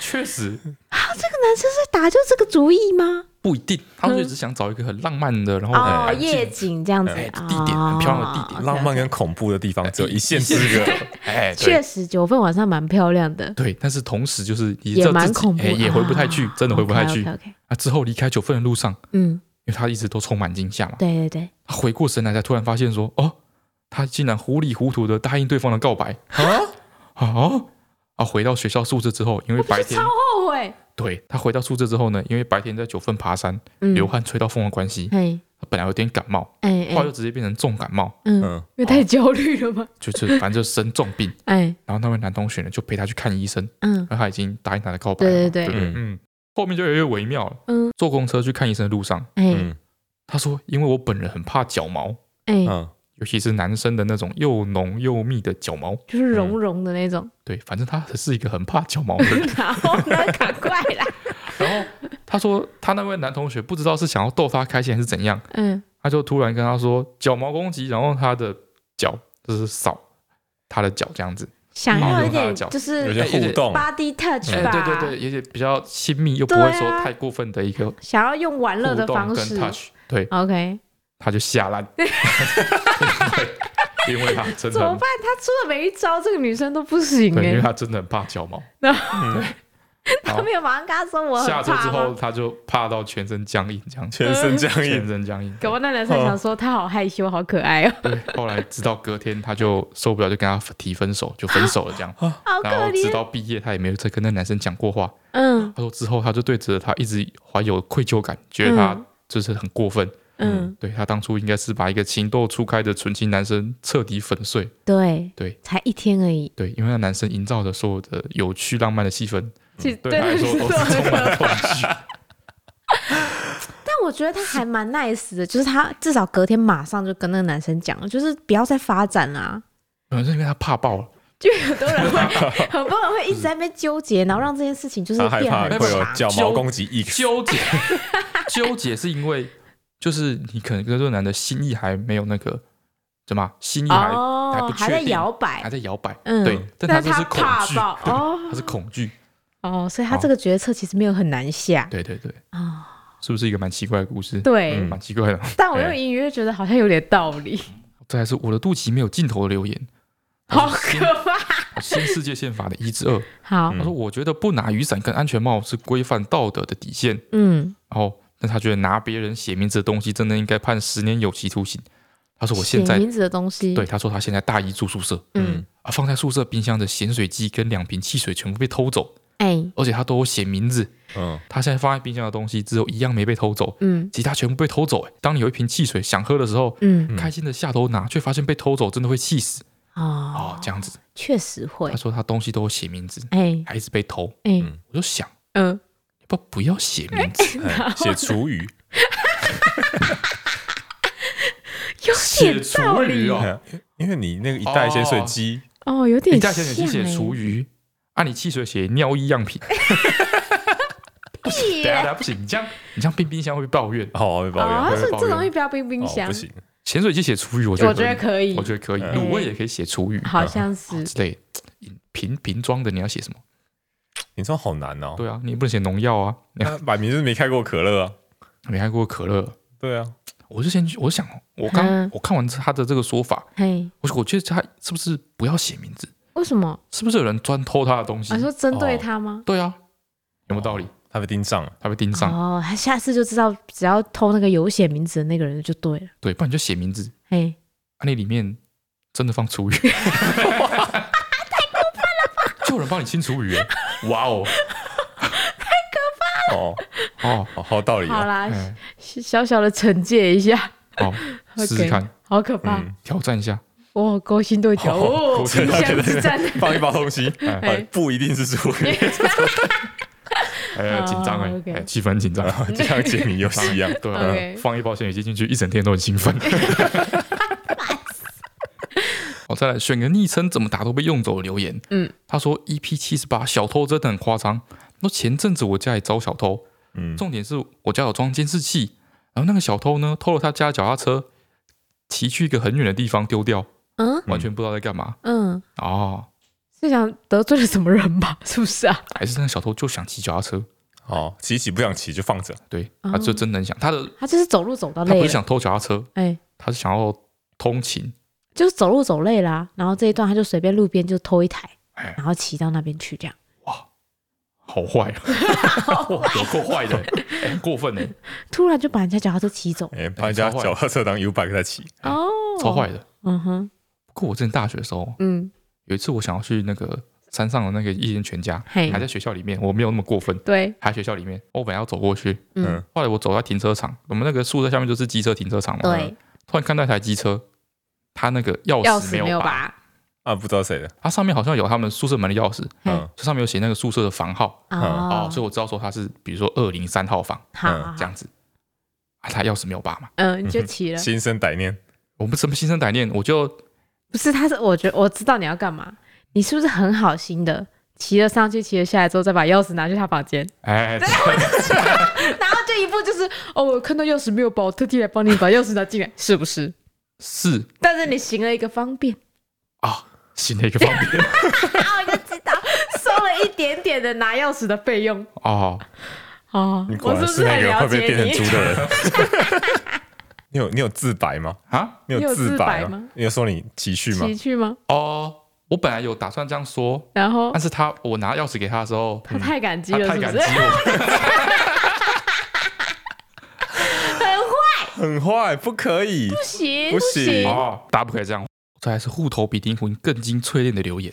S2: 确实
S1: 男生是打就这个主意吗？
S2: 不一定，他们就只是想找一个很浪漫的，然后很
S1: 哦，
S2: 哎安静
S1: 夜 景这样子，
S2: 哎
S1: 哦
S2: 地点很漂亮的地点
S3: 浪漫跟恐怖的地方只有一线之 隔。
S2: 哎，对
S4: 确实九份晚上蛮漂亮的，
S2: 对，但是同时就是也
S4: 也蛮恐怖啊
S2: 哎
S4: 的，
S2: 也回不太去，真的回不太去。
S4: OK OK，
S2: 啊，之后离开九份的路上，
S1: 哦嗯，
S2: 因为他一直都充满惊吓嘛，
S1: 对对对，
S2: 他回过神来才突然发现说，哦，他竟然糊里糊涂的答应对方的告白
S3: 啊，
S2: 啊啊！啊回到学校宿舍之后，因为白天
S4: 后悔，
S2: 对他回到宿舍之后呢，因为白天在九份爬山，
S1: 嗯
S2: 流汗吹到风的关
S4: 嗯
S2: 系，
S1: 嘿，
S2: 他本来有点感冒，
S1: 哎
S2: 后来
S1: 哎
S2: 就，直接变成重感冒，
S1: 嗯，
S3: 嗯，
S4: 因为太焦虑了吧？
S2: 就是反正就生重病。
S1: 哎
S2: 然后那位男同学呢，就陪他去看医生，
S1: 嗯
S2: 而他已经答应他的告白了嘛。
S4: 对对对
S2: 不
S3: 嗯
S2: 后面就越来越微妙了。
S1: 嗯，
S2: 坐公车去看医生的路上，
S1: 哎
S3: 嗯
S2: 他说：“因为我本人很怕脚毛，
S1: 哎，
S3: 嗯，
S2: 尤其是男生的那种又浓又密的脚毛。
S4: 就是绒绒的那种，
S2: 对，反正他是一个很怕脚毛 的人。
S4: 然后呢，赶快啦，
S2: 然后他说，他那位男同学不知道是想要逗他开心还是怎样，
S4: 嗯，
S2: 他就突然跟他说脚毛攻击，然后他的脚就是扫他的脚这样子，
S4: 想要一点就
S3: 有
S1: 嗯
S4: 是
S3: 些互动，
S1: body touch
S2: 哎，
S1: 吧，
S2: 对对对，，也比较亲密又不会说
S4: 对啊
S2: 太过分的一个
S4: 想要用玩乐
S2: 互
S4: 的
S2: 动
S4: 方
S2: 跟
S4: 式
S2: touch，对，
S4: ，OK，
S2: 他就下 烂， 因为因为他真
S4: 怎
S2: 的
S4: 么
S2: 很
S4: 办？他出了每一招，这个女生都不行
S2: 对，因为
S4: 哎，
S2: 他真的很怕脚毛。
S3: 嗯
S4: 他没有马上跟他说我很
S2: 下车之
S4: 怕
S2: 后，嗯
S4: 吗？
S2: 他就怕到全身僵硬，这样子，
S3: 全身僵
S2: 全
S3: 硬，
S2: 身僵硬。
S4: 搞不好那男生想说他好害羞，好可爱哦，
S2: 对，后来直到隔天，他就受不了，就跟他提分手，就分手了这样。
S4: 好可
S2: 然后直
S4: 怜，
S2: 到毕业，他也没有再跟那男生讲过话。
S4: 嗯
S2: 他说之后，他就对着他一直怀有愧疚感，觉得他
S4: 嗯
S2: 就是很过分。
S4: 嗯，
S2: 对他当初应该是把一个情窦初开的纯情男生彻底粉碎。
S4: 对
S2: 对
S4: 才一天而已，
S2: 对，因为那男生营造的所有的有趣浪漫的气氛，
S4: 其实
S2: 嗯对他来
S4: 对，
S2: 说都是充满了恐惧。
S1: 但我觉得他还蛮 nice 的，就是他至少隔天马上就跟那个男生讲了，就是不要再发展啦、
S4: 啊
S2: 可能是因为他怕爆了。
S4: 就很多人会，
S1: 很多人会一直在那边纠结，然后让这件事情就是
S3: 他害
S1: 变
S3: 怕
S1: 很
S3: 会有
S1: 长。
S3: 脚毛攻击 X。
S2: 纠结， 纠结是因为就是你可能跟这个男的心意还没有那个怎么啊心意还、还
S1: 哦
S2: 不，
S1: 还
S2: 确
S1: 在
S2: 定
S1: 摇
S2: 还
S1: 摆，
S2: 在摇摆，
S1: 嗯
S2: 对，但
S4: 但
S2: 他就是恐
S4: 怕
S2: 惧，
S4: 爆
S2: 对
S4: 哦
S2: 他是恐惧，
S4: 哦，所以他这个决策其实没有很难下
S2: 对对对，
S4: 啊，
S2: 是不是一个蛮奇怪的故事？嗯
S4: 对，
S2: 蛮奇怪的。
S4: 但我又隐约觉得好像有点道理，
S2: 再来是我的肚脐没有尽头的留言，嗯
S4: 好可怕。
S2: 新世界宪法的一至二，
S1: 嗯
S4: 好，
S2: 他说我觉得不拿雨伞跟安全帽是规范道德的底线，
S4: 嗯，
S2: 然后但他觉得拿别人写名字的东西真的应该判十年有期徒刑。他说我现在
S4: 写名字的东西，
S2: 对，他说他现在大一住宿舍，
S4: 嗯，
S2: 啊，放在宿舍冰箱的咸水鸡跟两瓶汽水全部被偷走，
S1: 哎，
S2: 而且他都有写名字。
S3: 嗯，
S2: 他现在放在冰箱的东西只有一样没被偷走，
S4: 嗯
S2: 其他全部被偷走、欸。当你有一瓶汽水想喝的时候，
S4: 嗯，
S2: 开心的下头拿，却发现被偷走，真的会气死
S4: 哦
S2: 哦，，这样子，
S4: 确实会
S2: 他，说他东西都有写名字，
S4: 哎
S2: 还一直被偷，
S4: 哎
S2: 我就想，
S4: 嗯，
S2: 要不要不要写名字？
S3: 哎写厨余，
S4: 有
S2: 写
S4: 点道
S2: 厨余
S4: 理
S2: 哦，
S3: 哎因为你那个一袋咸水鸡，
S4: 哦，有
S2: 你
S4: 点
S2: 带
S4: 像
S2: 钱水机写
S4: 哎
S2: 厨余，啊，你汽水写尿液样品，
S4: 屁哎耶
S2: 等一下等一啊下不行，你这样你这样冰冰箱会被抱怨。
S3: 好，被抱
S4: 哦，他
S3: 怨
S2: 会
S4: 说
S2: 抱
S4: 这
S2: 怨
S4: 容易不要冰冰
S3: 哦，
S4: 箱
S3: 不，行，
S2: 咸水鸡写厨余，我觉
S4: 我
S2: 得
S4: 觉得可以
S2: 我，觉得可以，
S3: 嗯
S2: 卤味也可以写厨余，
S4: 好像是
S2: 之类的瓶瓶装的你要写什么？
S3: 你说好难哦。
S2: 对啊，你也不能写农药啊， 你
S3: 他摆明就是没开过可乐啊。
S2: 没喝过可乐。
S3: 对啊，
S2: 我就先去，我想，我刚、
S4: 嗯
S2: 我看完他的这个说法，
S4: 嘿，
S2: 我我觉得他是不是不要写名字？
S4: 为什么？
S2: 是不是有人专偷他的东
S1: 啊
S2: 西？
S4: 啊你说针对
S3: 哦
S4: 他吗？
S2: 对啊，有没有道理？
S3: 他被盯上了。
S2: 他被盯上，
S4: 哦，他下次就知道，只要偷那个有写名字的那个人就对了，
S2: 对，不然你就写名字，
S4: 嘿，
S2: 啊，那里面真的放厨 余，太 过分了吧？就有人帮你清厨余，哇哦，
S3: 哦，
S2: 哦，
S3: 好好道理
S4: 好
S3: 啊。
S4: 啦，
S2: 哎，
S4: 小小的惩戒一下，
S2: 好，试试
S4: OK
S2: 看，
S4: 好可怕。
S3: 嗯，
S2: 挑战一下。
S4: 哇，勾心斗角
S2: 哦
S4: 哦，
S2: 勾心
S4: 冰
S2: 斗
S3: 角
S4: 箱之战，
S3: 放一包东西，
S2: 哎
S3: 哎不一定是厨余。
S2: 哎，紧张哎
S4: 哦，，OK
S2: 哎，对，气氛很紧张。
S3: 就像解谜游戏一样。
S2: 对啊
S1: OK
S2: 放一包显影剂进去，一整天都很兴 奋。好，再来选个昵称怎么打都被用走的留言。
S1: 嗯，
S2: 他说 EP 七十八小偷真的很夸张。那前阵子我家里遭小偷，
S3: 嗯，
S2: 重点是我家有装监视器，然后那个小偷呢偷了他家的脚踏车，骑去一个很远的地方丢掉，
S1: 嗯
S2: 完全不知道在干嘛。
S1: 嗯，
S2: 哦，
S1: 是想得罪了什么人吧？是不是啊？
S2: 还是那个小偷就想骑脚踏车，
S3: 哦，骑骑不想骑就放着，
S2: 对，
S1: 哦
S2: 他就真的很想，他的
S1: 他就是走路走到
S2: 他不
S1: 累
S2: 是
S1: 了，
S2: 想偷脚踏车，
S1: 哎、
S2: 他是想要通勤。
S1: 就是走路走累啦、然后这一段他就随便路边就偷一台
S2: 哎，
S1: 然后骑到那边去，这样
S2: 好坏、啊，哇 有够坏 的、欸，很过分哎、
S1: 突然就把人家脚踏车骑走，
S3: 哎，把人家
S2: 超坏
S3: 脚踏车当 U bike 在骑，
S2: 哎
S1: 哦，
S2: 超坏，的。
S1: 嗯哼，
S2: 不过我之前大学的时候，
S1: 嗯，
S2: 有一次我想要去那个山上的那个一间全家，
S1: 嘿
S2: 还，在学校里面，我没有那么过分，
S1: 对，
S2: 还在学校里面，我本来要走过去，
S1: 嗯
S3: 嗯，
S2: 后来我走到停车场，我们那个宿舍下面就是机车停车场嘛，
S1: 对，
S2: 突然看到一台机车，它那个钥
S1: 钥
S2: 匙
S1: 匙没有
S2: 拔，
S1: 拔，
S3: 啊，不知道谁的，
S2: 它上面好像有他们宿舍门的钥匙，
S1: 嘿
S3: 嗯
S2: 这上面有写那个宿舍的房号
S1: 哦
S2: 哦，，所以我知道说它是比如说二零三号房
S1: 好，
S3: 嗯
S1: 好
S2: 这，样子，啊，他钥匙没有拔嘛，
S1: 好嗯，你就骑了，
S3: 心生歹念，
S2: 我们什么心生歹念，我就
S1: 不是，他是我觉得我知道你要干嘛，你是不是很好心的骑了上去，骑了下来之后再把钥匙拿去他房间，
S2: 哎，
S1: 然后就一步就是哦，我看到钥匙没有拔，我特地来帮你把钥匙拿进来，是不是？
S2: 是
S1: 但是你行了一个方便，
S2: 啊，新的一个方面
S1: 啊，我就知道收了一点点的拿钥匙的费用
S2: 哦。
S1: 哦
S3: 你，果
S1: 我是不是
S3: 然那
S1: 很
S3: 个
S1: 了
S3: 会被
S1: 解
S3: 变成
S1: 你？
S3: 猪的 人。你有你有自白吗？
S2: 啊
S3: 你
S1: 你有自
S3: 自
S1: 白
S3: 吗
S1: 吗？
S3: 你有说你急去吗
S1: 骑？去吗？
S2: 哦，我本来有打算这样说，
S1: 然后
S2: 但是他我拿钥匙给他的时候，嗯
S1: 他太感激
S2: 他
S1: 了，
S2: 太
S1: 是不
S2: 感激
S1: 是？
S2: 我，
S3: 很坏，不可以。
S1: 不行
S3: 不行
S1: 行，
S2: 哦，大家不可以这样。再来是户头比丁魂更精淬炼的留言，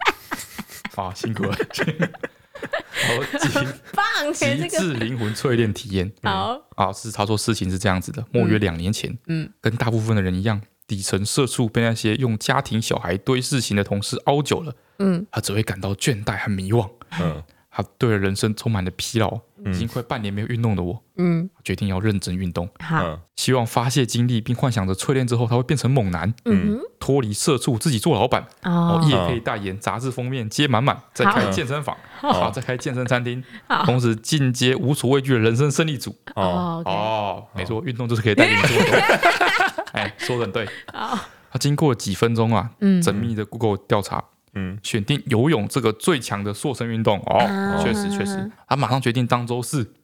S2: 啊，辛苦了。 好，极
S1: 棒，前这
S2: 极
S1: 个
S2: 致灵魂淬炼体验
S1: 好，
S2: 啊，是他说事情是这样子的，莫约两年前，
S1: 嗯，
S2: 跟大部分的人一样，底层社畜被那些用家庭小孩堆事情的同事凹久了，
S1: 嗯，
S2: 他只会感到倦怠和迷惘。
S3: 嗯，
S2: 他对人生充满了疲劳，已经快半年没有运动的我，
S1: 嗯，
S2: 决定要认真运动，
S1: 好，
S3: 嗯
S2: 希望发泄精力，并幻想着淬炼之后他会变成猛男，
S1: 嗯
S2: 脱离社畜，自己做老板，
S1: 哼，
S2: 然
S1: 哦嗯
S2: 后，业配代言、杂志封面接满满，再开健身房，然后再开健身餐厅，同时进阶无所畏惧的人生胜利组。
S3: 哦，
S1: 哦，OK，
S2: 哦，没错，运动就是可以带领你 做的。哎，说的很对。
S1: 好，
S2: 他经过了几分钟啊，
S1: 嗯
S2: 缜密的 Google 调查，
S3: 嗯，
S2: 选定游泳这个最强的塑身运动哦
S1: 啊，
S2: 确实确实，他马上决定当周四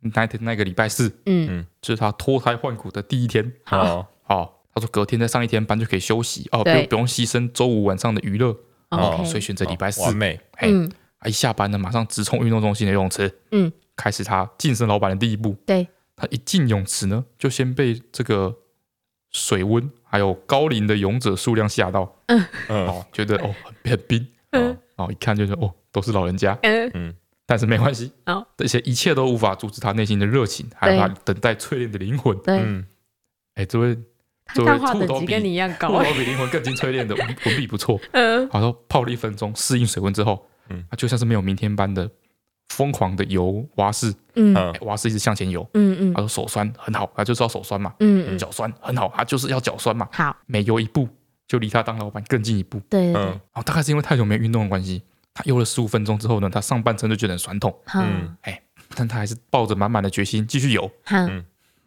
S2: 那一天那个礼拜四，
S1: 嗯，
S2: 就是他脱胎换骨的第一天
S3: 哦，
S2: 哦。他说隔天再上一天班就可以休息哦，不
S1: 对
S2: 用不用牺牲周五晚上的娱乐
S3: 哦
S1: OK
S2: 所以选择礼拜四
S3: 完。美，
S2: 哎，
S1: 嗯，
S2: 他一下班呢，马上直冲运动中心的游泳池，
S1: 嗯，
S2: 开始他晋升老板的第一步。
S1: 对，
S2: 他一进泳池呢，就先被这个水温还有高龄的泳者数量吓到，
S3: 嗯，
S2: 哦，觉得哦很很冰，
S1: 嗯
S2: 哦，一看就是哦都是老人家，
S1: 嗯，
S2: 但是没关系
S1: 哦，
S2: 这些一切都无法阻止他内心的热情，还有
S1: 对
S2: 他等待淬炼的灵魂。
S1: 对，
S3: 嗯，
S2: 哎，这位
S1: 他淡化等级跟你一样
S2: 户
S1: 高，
S2: 头比灵魂更精淬炼的文文笔不错，
S1: 嗯，
S2: 好像泡了一分钟，适应水温之后，啊
S3: 嗯
S2: 他就像是没有明天般的疯狂的游蛙式，
S1: 嗯
S3: 嗯
S2: 哎，蛙式一直向前游。
S1: 嗯嗯
S2: 他说手酸很好，他就是要手酸嘛，
S1: 嗯，嗯
S2: 脚酸很好，他就是要脚酸嘛。
S1: 好，
S2: 每游一步，就离他当老板更进一步。
S1: 对对对，
S3: 嗯，
S2: 然后大概是因为太久没运动的关系，他游了十五分钟之后呢，他上半身就觉得很酸痛，
S1: 好，
S3: 嗯
S2: 但他还是抱着满满的决心继续游。
S1: 好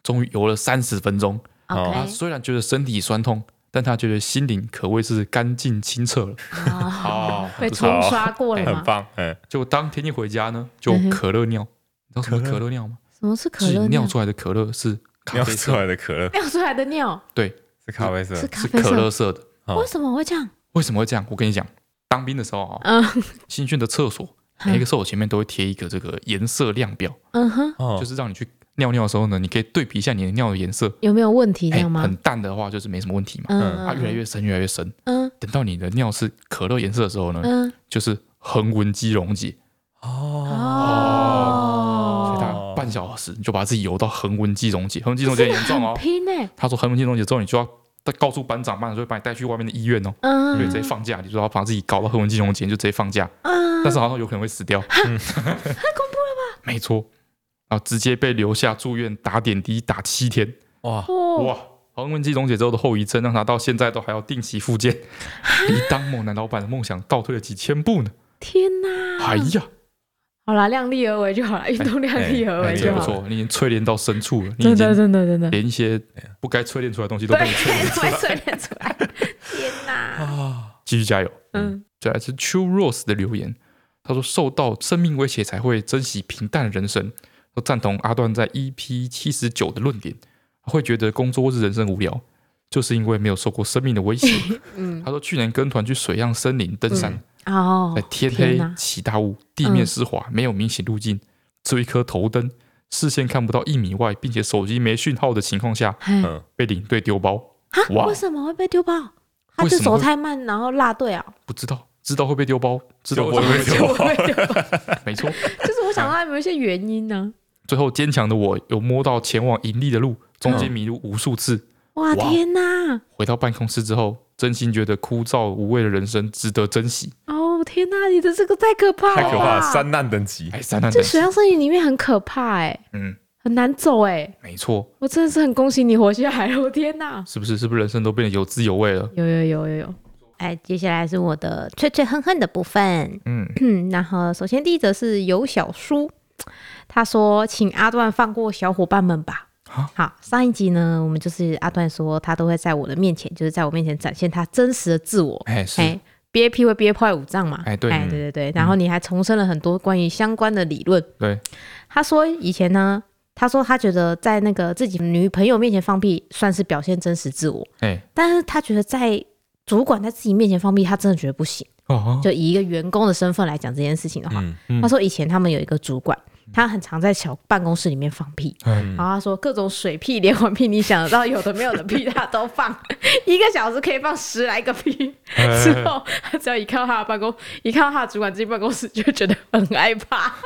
S2: 终于游了三十分钟，他
S1: ，OK，
S2: 虽然觉得身体酸痛，但他觉得心灵可谓是干净清澈了。
S1: 好，
S2: 哦，
S1: 被冲刷过了
S3: 很
S1: 吗？
S3: 棒，嗯，
S2: 就当天一回家呢，就
S1: 嗯哼
S2: 可乐尿，你知道什么
S3: 可乐
S2: 可乐尿吗？
S1: 什么是可
S2: 就是
S1: 乐
S2: 你
S1: 尿
S2: 尿？出来的可乐是咖
S3: 尿
S2: 啡
S3: 出
S2: 色，
S3: 来的可乐
S1: 尿出来的尿
S2: 对，
S3: 是咖啡色
S1: 是，咖
S2: 是
S1: 啡
S2: 可乐
S1: 色，
S2: 色的。
S3: 哦
S1: 为什么会这样？
S2: 为什么会这样？我跟你讲，当兵的时候啊，
S1: 嗯
S2: 新训的厕所
S1: 嗯
S2: 每一个厕所前面都会贴一个这个颜色量表，
S1: 嗯哼，
S3: 哦
S2: 就是让你去尿尿的时候呢，你可以对比一下你的尿的颜色。
S1: 有没有问题这
S2: 哎，
S1: 样吗？
S2: 很淡的话就是没什么问题嘛。
S1: 嗯，
S2: 它越来越深，越来越深。
S1: 嗯
S2: 等到你的尿是可乐颜色的时候呢，
S1: 嗯
S2: 就是横纹肌溶解，
S3: 哦
S2: 所以大
S1: 哦，
S2: 概半小时你就把自己游到横纹肌溶解，横纹肌溶解很严 重哦。
S1: 拼哎，
S2: 他说横纹肌溶解之后，你就要告诉班长，班长就会把你带去外面的医院哦，
S1: 嗯，
S2: 对，直接放假，你就要把自己搞到横纹肌溶解，你就直接放假。
S1: 嗯
S2: 但是好像有可能会死掉，太恐怖了吧？没错，然后直接被留下住院打点滴打七天，
S3: 哇，
S4: 哦，
S2: 哇！黄文季溶解之后的后遗症，让他到现在都还要定期复健，离当某男老板的梦想倒退了几千步呢。
S4: 天哪！
S1: 啊 아,
S2: 哎呀，
S4: 好啦，量力而为就好了，运动量力而为
S3: 哎
S2: 这
S4: 就
S2: 不
S4: 好了。
S2: 错，你已经淬炼到深处了，你已
S4: 真的，
S2: 经
S4: 真的，真的，
S2: 连一些不该淬炼出来的东西都
S4: 对
S2: 被你淬炼，出
S4: 会
S2: 来。
S4: 随便出来。天哪！
S2: 继续加油！
S4: 嗯，
S2: 再来是 True Rose 的留言，他说受到生命威胁才会珍惜平淡人生，都赞同阿段在 EP 七十九的论点，会觉得工作或是人生无聊，就是因为没有受过生命的威胁。
S4: 嗯
S2: 他说去年跟团去水漾森林登山，
S1: 哦
S2: 在，天
S1: 天
S2: 黑
S1: 哪嗯
S2: 起大雾，地面湿滑，没有明显路径，只有一颗头灯，视线看不到一米外，并且手机没讯号的情况下，
S4: 哎
S1: 嘿
S3: 嗯，
S2: 被领队丢包，
S1: 啊，
S2: 哇
S1: 为什么会被丢包？他
S2: 为
S1: 就
S2: 什
S1: 走
S2: 么会
S1: 太慢，然后落队 啊。
S2: 不知道知道会被丢包，知道
S3: 就
S2: 会
S3: 不会
S2: 被
S3: 被
S2: 丢
S3: 丢
S2: 包，
S4: 我会丢包，
S2: 没错。
S4: 就是我想到有没有一些原因呢？
S2: 最后坚强的我有摸到前往盈利的路，中
S3: 嗯
S2: 间迷路无数次。
S1: 哇，
S2: 哇
S1: 天哪！
S2: 回到办公室之后，真心觉得枯燥无味的人生值得珍惜。
S4: 哦，天哪！你的这个太可怕了吧，
S3: 太可怕了，三难等级，
S2: 哎，三难
S4: 这
S2: 等
S4: 水上森林里面很可怕哎、
S2: 嗯，
S4: 很难走哎、
S2: 没错，
S4: 我真的是很恭喜你活下来了，我天哪！
S2: 是不是？是不是人生都变得有滋有味了？
S4: 有有有有有，
S1: 哎，接下来是我的脆脆哼哼的部分。
S2: 嗯，
S1: 嗯， 然后首先第一则是有小叔，他说：“请阿段放过小伙伴们吧。”
S2: 啊
S1: 好，上一集呢，我们就是阿段说他都会在我的面前，就是在我面前展现他真实的自我。
S2: 哎是，
S1: 哎，憋屁会憋坏五脏嘛？
S2: 哎对
S1: 哎对对对。然后你还重申了很多关于相关的理论。
S2: 对，
S1: 他说以前呢，他说他觉得在那个自己女朋友面前放屁算是表现真实自我，
S2: 哎
S1: 但是他觉得在主管在自己面前放屁，他真的觉得不行。
S2: 哦，
S1: 就以一个员工的身份来讲这件事情的话，
S3: 嗯
S2: 嗯
S1: 他说以前他们有一个主管，他很常在小办公室里面放屁，
S2: 嗯
S1: 然后他说各种水屁、连环屁，你想得到有的没有的屁他都 放，一个小时可以放十来个屁。
S2: 哎
S4: 之后他只要一看到他的办公，一看到他的主管进办公室，就觉得很害怕。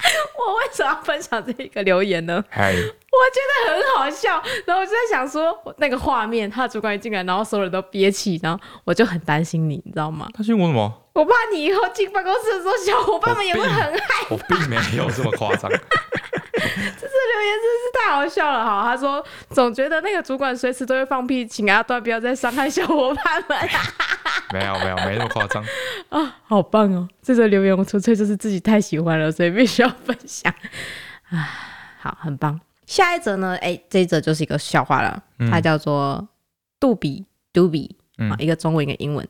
S4: 我为什么要分享这一个留言呢？
S2: 哎
S4: 我觉得很好笑，然后我就在想说，我那个画面，他的主管一进来，然后所有人都憋气，然后我就很担心你，你知道吗？
S2: 担心我什么？
S4: 我怕你以后进办公室的时候，小伙伴们也会很害怕。
S2: 我并没有这么夸张。
S4: 留言真是太好笑了哈！他说总觉得那个主管随时都会放屁，请阿段不要再伤害小伙伴们啊！
S2: 没有没有没那么夸张，
S4: 啊好棒哦！这则留言我纯粹就是自己太喜欢了，所以必须要分享啊！好，很棒。
S1: 下一则呢？哎、这一则就是一个笑话了，它叫做杜比杜比
S2: 嗯
S1: 啊，一个中文一个英文。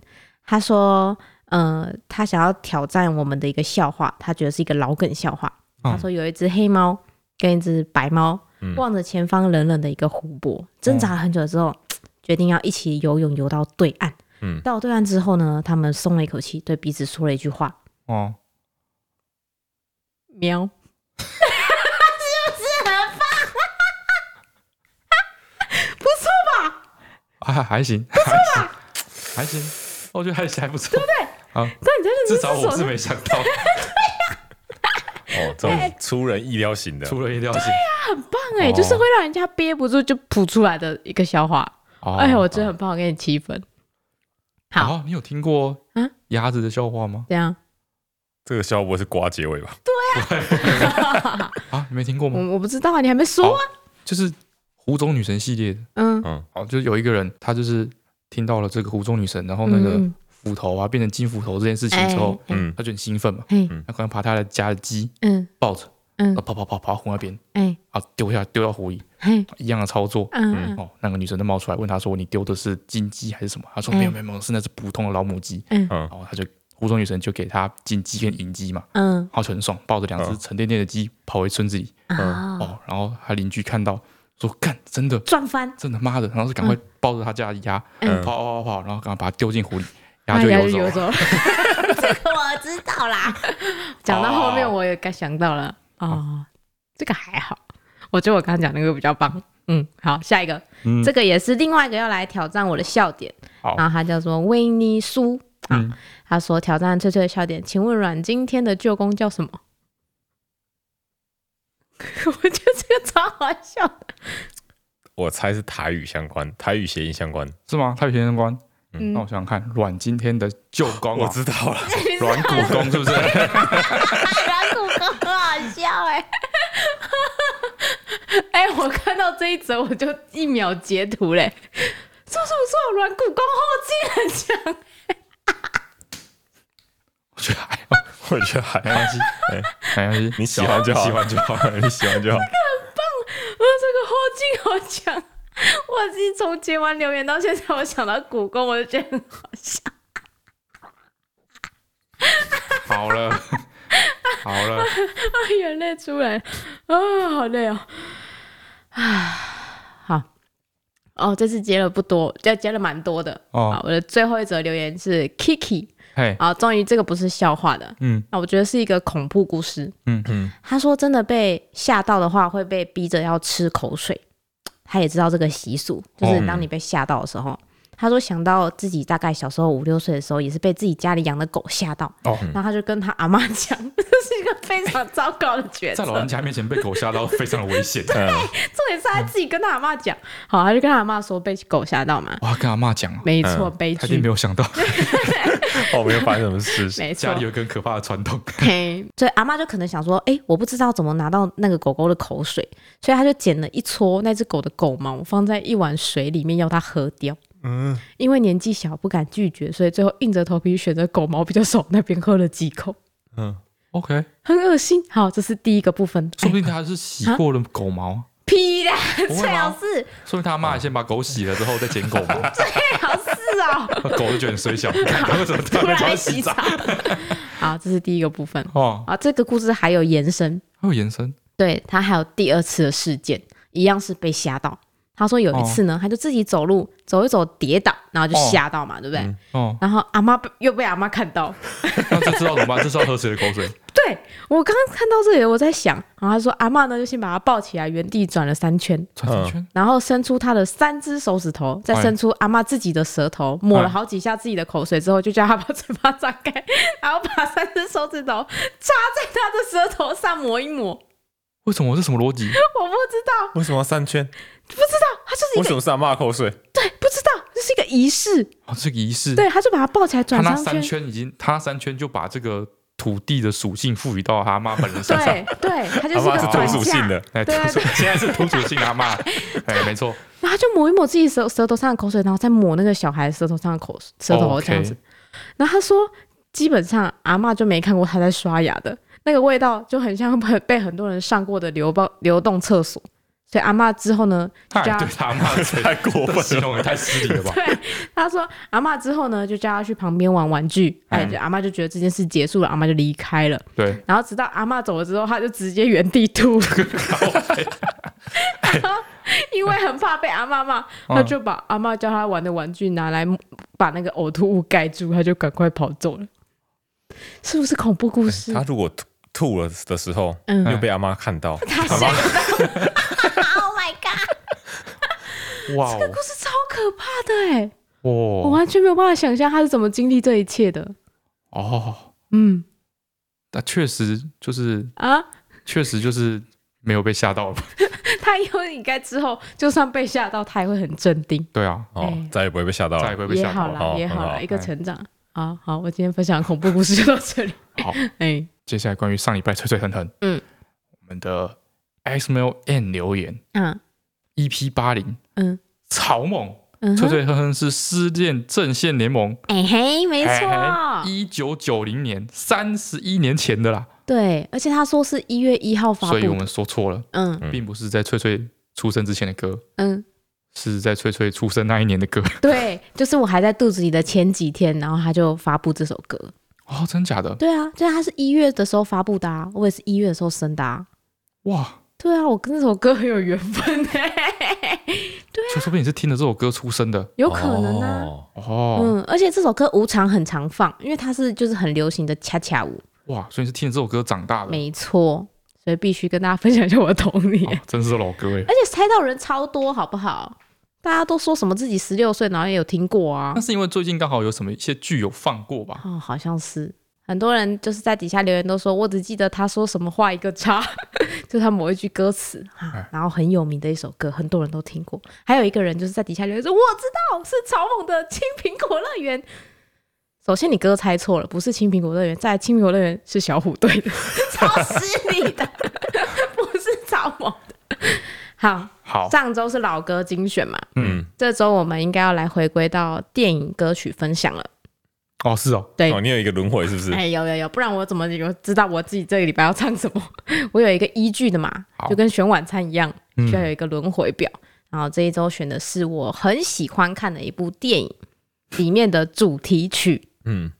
S1: 他说，呃，他想要挑战我们的一个笑话，他觉得是一个老梗笑话。
S2: 嗯
S1: 他说有一只黑猫跟一只白猫
S3: 嗯
S1: 望着前方冷冷的一个湖泊，挣扎了很久之后，决定要一起游泳游到对岸。
S3: 嗯
S1: 到对岸之后呢，他们松了一口气，对彼此说了一句话，
S2: 哦，
S4: 喵，
S2: 还哦啊还行，还行，还行，我觉得还行还不错，对不对？啊，
S4: 那你在认
S2: 至
S4: 真
S2: 少
S4: 思
S2: 我
S4: 索
S2: 是没想到，
S3: 哦，这种出人意料型
S1: 哎
S3: 的，
S2: 出了一料性。
S4: 棒哎、就是会让人家憋不住就吐出来的一个笑话。
S2: 哦
S4: 哎呀，我真的很棒，我给你七分。好，
S2: 哦，你有听过
S4: 啊
S2: 鸭子的笑话吗？
S4: 这样
S3: 这个笑不会是刮结尾吧？
S2: 啊，你没听过吗？
S4: 我我不知道啊，你还没说
S2: 哦
S4: 啊？
S2: 就是湖中女神系列的，
S4: 嗯，
S3: 嗯，
S2: 哦，就是有一个人，他就是听到了这个湖中女神，然后哦那个
S1: 嗯
S2: 斧头啊变成金斧头这件事情之后，
S1: 哎
S3: 嗯
S2: 他就很兴奋嘛，
S1: 嘿
S2: 他可能把他的家的鸡
S1: 嗯
S2: 抱着，
S1: 嗯
S2: 然后跑跑跑跑到湖那边
S1: 哎
S2: 啊丢下丢到湖里，
S1: 嘿
S2: 一样的操作。
S1: 嗯
S2: 哦，那个女生就冒出来问他说：“你丢的是金鸡还是什么？”他说：“
S1: 哎
S2: 没有没有没有，是那只普通的老母鸡。”
S1: 嗯
S2: 然后他就湖中女神就给他金鸡跟银鸡嘛，
S1: 嗯
S2: 他就很爽，抱着两只
S3: 嗯
S2: 沉甸甸的鸡跑回村子里。
S1: 啊，
S2: 哦，然后他邻居看到说：“干，真的，
S1: 赚翻
S2: 真的妈的！”然后就赶快抱着他家的鸭，
S3: 嗯
S2: 跑跑跑跑，然后赶快把它丢进湖里，
S4: 那
S2: 鸭就
S4: 鸭
S2: 游走
S4: 哎游
S2: 了。
S4: 走 了。
S1: 这个我知道啦。
S4: 讲到后面，
S2: 哦
S4: 我也该想到了哦，这个还好，我觉得我刚刚讲那个比较棒。嗯，好，下一个，
S2: 嗯
S1: 这个也是另外一个要来挑战我的笑点。
S2: 好
S1: 然后他叫做维尼苏，
S2: 嗯，
S1: 他说挑战翠翠的笑点，请问阮经天的舅公叫什么？
S4: 我觉得这个超好笑的。
S3: 我猜是台语相关，台语谐音相关。
S2: 是吗？太平天官，
S4: 嗯
S2: 那我，想想看，阮今天的舅公
S3: 我
S2: 啊，
S3: 知 道了，
S2: 阮古公是不 是？
S1: 软骨很好笑哎、
S4: 哎我看到这一则，我就一秒截图嘞。说什么说软骨功后劲很强？
S2: 我觉得还好，
S3: 我觉得还
S2: 没关系，
S3: 哎
S2: 没关系，
S3: 你喜欢就好，
S2: 喜欢
S3: 就好，你喜欢就好。
S4: 我说这个后劲好强！我自己从截完留言到现在，我想到骨功，我就觉得啊很好笑。
S2: 好了，好了，
S4: 啊，眼泪出来了啊，好累哦。 啊，好，哦，这次接了不多，接接了蛮多的。好
S2: 哦，，
S4: 我的最后一则留言是 Kiki
S2: 嘿，
S4: 啊，终于这个不是笑话的，
S2: 嗯
S1: 啊
S4: 那我觉得是一个恐怖故事。
S2: 嗯
S3: 嗯，
S1: 他说真的被吓到的话，会被逼着要吃口水。他也知道这个习俗，
S2: 哦
S1: 就是当你被吓到的时候，他说想到自己大概小时候五六岁的时候，也是被自己家里养的狗吓到，
S2: 哦，
S1: 然后他就跟他阿妈讲， 这是一个非常糟糕的决
S2: 在
S1: 策。
S2: 老人家面前被狗吓到，非常的危 险。
S4: 重点是他自己跟他阿妈讲，好，他就跟他阿妈说被狗吓到嘛，
S2: 哇，跟阿妈讲啊，
S4: 没错，悲
S2: 他一定没
S4: 剧，
S2: 有想到
S3: 哦，没有发生什么事，
S4: 没
S2: 家
S4: 错
S2: 里，有个很可怕的传统，
S4: 嘿，
S1: 所以阿妈就可能想说，哎、我不知道怎么拿到那个狗狗的口水，所以他就捡了一撮那只狗的狗毛，放在一碗水里面要它喝掉。
S3: 嗯，
S1: 因为年纪小不敢拒绝，所以最后硬着头皮选择狗毛比较少那边喝了几口，
S3: 嗯，
S2: OK，
S1: 很恶心。好，这是第一个部分。哎
S2: 说不定他是洗过了狗毛，啊
S1: 屁啦，
S2: 不会
S1: 最好
S2: 吗？
S1: 是
S2: 说不定他妈先把狗洗了之后再剪狗 毛，
S1: 最好是哦，
S2: 狗就觉得很水小，为什么 突然
S1: 在
S2: 间
S1: 洗
S2: 洗澡
S1: 澡？。 好，这是第一个部分。
S2: 哦，
S1: 啊，这个故事还有延伸，
S2: 还有延伸，
S1: 对他还有第二次的事件，一样是被吓到。他说有一次呢，他就自己走路走一走跌倒，然后就吓到嘛，对不对？
S2: 哦，
S1: 然后阿妈被又被阿妈看到，
S2: 那这知道怎么办？这是要喝谁的口水？
S1: 对我刚刚看到这里，我在想，然后他说阿妈呢就先把他抱起来，原地转了三圈，
S2: 转三圈，
S1: 然后伸出他的三只手指头，再伸出阿妈自己的舌头，抹了好几下自己的口水之后，就叫他把嘴巴张开，然后把三只手指头插在他的舌头上抹一抹。
S2: 为什么这什么逻辑？
S1: 我不知道，
S3: 为什么要三圈？
S1: 不知道，他就是
S3: 为
S1: 一
S3: 什
S1: 个
S3: 么是阿妈 口水？
S1: 对，不知道，这是一个仪式。
S2: 哦，这个仪式，
S1: 对，他就把他抱起来
S2: 他
S1: 转
S2: 那
S1: 上
S2: 三
S1: 圈。
S2: 圈已经，他那三圈就把这个土地的属性赋予到他妈本人身上。
S1: 对对，他就
S3: 阿
S1: 是一
S3: 妈
S1: 个
S3: 是
S1: 转
S3: 土属性
S1: 嫁，
S3: 的，
S2: 哎，土
S1: 对
S2: 属现在是土属性阿妈，哎，没错，
S1: 然后他就抹一抹自己舌舌头上的口水，然后再抹那个小孩舌头上的口舌头
S2: OK
S1: 这样子。然后他说，基本上阿嬷就没看过他在刷牙的那个味道，就很像被被很多人上过的流包流动厕所。所以阿嬷之后呢，就
S2: 太
S1: 叫
S2: 啊对
S1: 他
S2: 他妈的
S3: 太过
S2: 这形
S3: 分了。
S2: 容也太失礼了吧？
S1: 他说阿嬷之后呢，就叫他去旁边玩玩具。哎，
S2: 嗯
S1: 就阿嬷就觉得这件事结束了，阿嬷就离开了。
S2: 对，
S1: 然后直到阿嬷走了之后，他就直接原地吐，然后 因为很怕被阿嬷骂，他就把阿嬷教他玩的玩具拿来把那个呕吐物盖住，他就赶快跑走了。是不是恐怖故事
S3: 他？如果吐吐了的时候，
S1: 嗯
S3: 又被阿妈看到，
S1: 他吓到，Oh my god！
S2: 哇哦，
S1: 故事超可怕的哎， 我
S2: 哇
S1: 完全没有办法想象他是怎么经历这一切的。
S2: 哦，
S1: 嗯
S2: 那确实就是，
S1: 啊，
S2: 确实就是没有被吓到吧？
S1: 他以后应该之后，就算被吓到，他也会很镇定。
S2: 对啊，
S3: 哦
S1: 哎，
S3: 再也不会被吓到
S2: 再也
S3: 了。
S2: 不会被
S1: 也
S2: 吓
S1: 好
S2: 到
S1: 啦，
S2: 了。
S3: 好
S1: 也好
S3: 很
S1: 啦，
S3: 好
S1: 一个
S2: 哎
S1: 成长。啊，好，我今天分享的恐怖故事就到这里。
S2: 好，
S1: 哎，
S2: 接下来关于上礼拜吹吹狠狠，
S1: 嗯，
S2: 我们的 X M L N 留言
S1: 嗯
S2: EP 八零，
S1: 嗯，
S2: 草蜢。
S1: 嗯
S2: 吹
S1: 哼，
S2: 吹哼哼是失恋阵线联盟，
S1: 哎嘿，没错，
S2: 一九九零年，三十一年前的啦，
S1: 对，而且他说是一月一号发
S2: 所以我
S1: 布的，
S2: 们说错了，
S1: 嗯
S3: 嗯
S2: 并不是在翠翠出生之前的歌，
S1: 嗯，
S2: 是在翠翠出生那一年的歌。
S1: 对，就是我还在肚子里的前几天，然后他就发布这首歌。
S2: 哦，真假的？
S1: 对啊，对啊，他是一月的时候发布的啊，我也是一月的时候生的啊。
S2: 哇，
S1: 对啊，我跟这首歌很有缘分哎、啊
S2: 所以说不定你是听了这首歌出生的
S1: 有可能啊。
S3: 哦
S2: 哦。
S1: 嗯，而且这首歌无常很常放，因为它是就是很流行的恰恰舞，
S2: 哇，所以你是听了这首歌长大的，
S1: 没错，所以必须跟大家分享一下我的童年。
S2: 哦真是 老歌哎。
S1: 而且猜到人超多，好不好？大家都说什么自己十六岁，然后也有听过啊
S2: 那。是因为最近刚好有什么一些剧有放过吧？
S1: 哦，好像是很多人就是在底下留言都说，我只记得他说什么画一个叉， 就是他某一句歌词啊
S2: 哎，
S1: 然后很有名的一首歌，很多人都听过。还有一个人就是在底下留言说，我知道是草蜢的《青苹果乐园》。首先，你歌猜错了，不是《青苹果乐园》，在《青苹果乐园》是 小虎队的，超失礼的，不是草蜢的。好，
S2: 好，
S1: 上周是老歌精选嘛，
S2: 嗯，
S1: 这周我们应该要来回归到电影歌曲分享了。
S2: 哦，是哦，
S1: 对，
S3: 哦，你有一个轮回是不是？
S1: 哎、有有有，不然我怎么有知道我自己这个礼拜要唱什么？ 我有一个依据的嘛
S2: 好，
S1: 就跟选晚餐一样，
S2: 嗯
S1: 需要有一个轮回表。然后这一周选的是我很喜欢看的一部电影里面的主题曲。
S3: 嗯，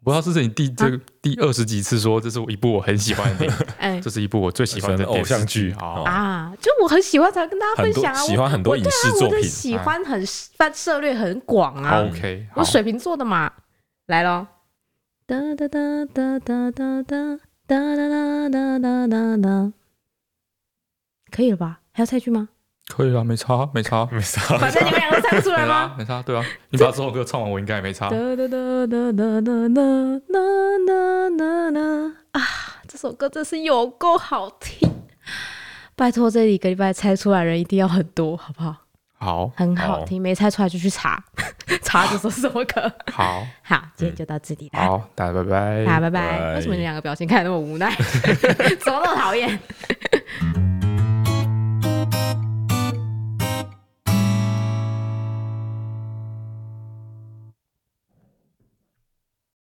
S2: 我不知道这是你第这
S1: 啊
S2: 第二十几次说这是我一部我很 喜欢的电影，
S1: 哎、
S2: 这是一部我最喜欢的
S3: 偶像剧
S2: 好，
S3: 哦
S1: 啊，就我很喜欢，才跟大家
S3: 很
S1: 分
S3: 多
S1: 享啊。
S3: 喜欢很
S1: 我
S3: 多
S1: 我
S3: 影
S1: 对
S3: 视
S1: 啊，
S3: 作
S1: 我的
S3: 品，
S1: 喜欢很泛涉略很广
S2: 好
S1: 啊。
S2: ，OK，好
S1: 我，水瓶座的嘛，来咯。哒哒哒哒哒哒哒哒哒哒哒哒哒，可以了吧？还要猜句吗？
S2: 可以啦，啊没差，没差，
S3: 没啊啥，
S1: 反正你们两个唱出来
S2: 没
S1: 吗
S2: 差，？没差，对啊，你把这首歌唱完，我应该也没 差
S1: 哒。哒哒哒哒哒哒哒哒哒哒啊！这首歌真是有够好听，拜托这一个礼拜猜出来的人一定要很多，好不好？
S2: 好，
S1: 很好听，没猜出来就去查， 查这首是什么 歌。
S2: 好，
S1: 好，今天就到这里啦，
S2: 好，大家拜拜，
S1: 好，拜
S3: 拜
S1: 拜。为什么你两个表情看起来那么无奈？怎么那么讨厌？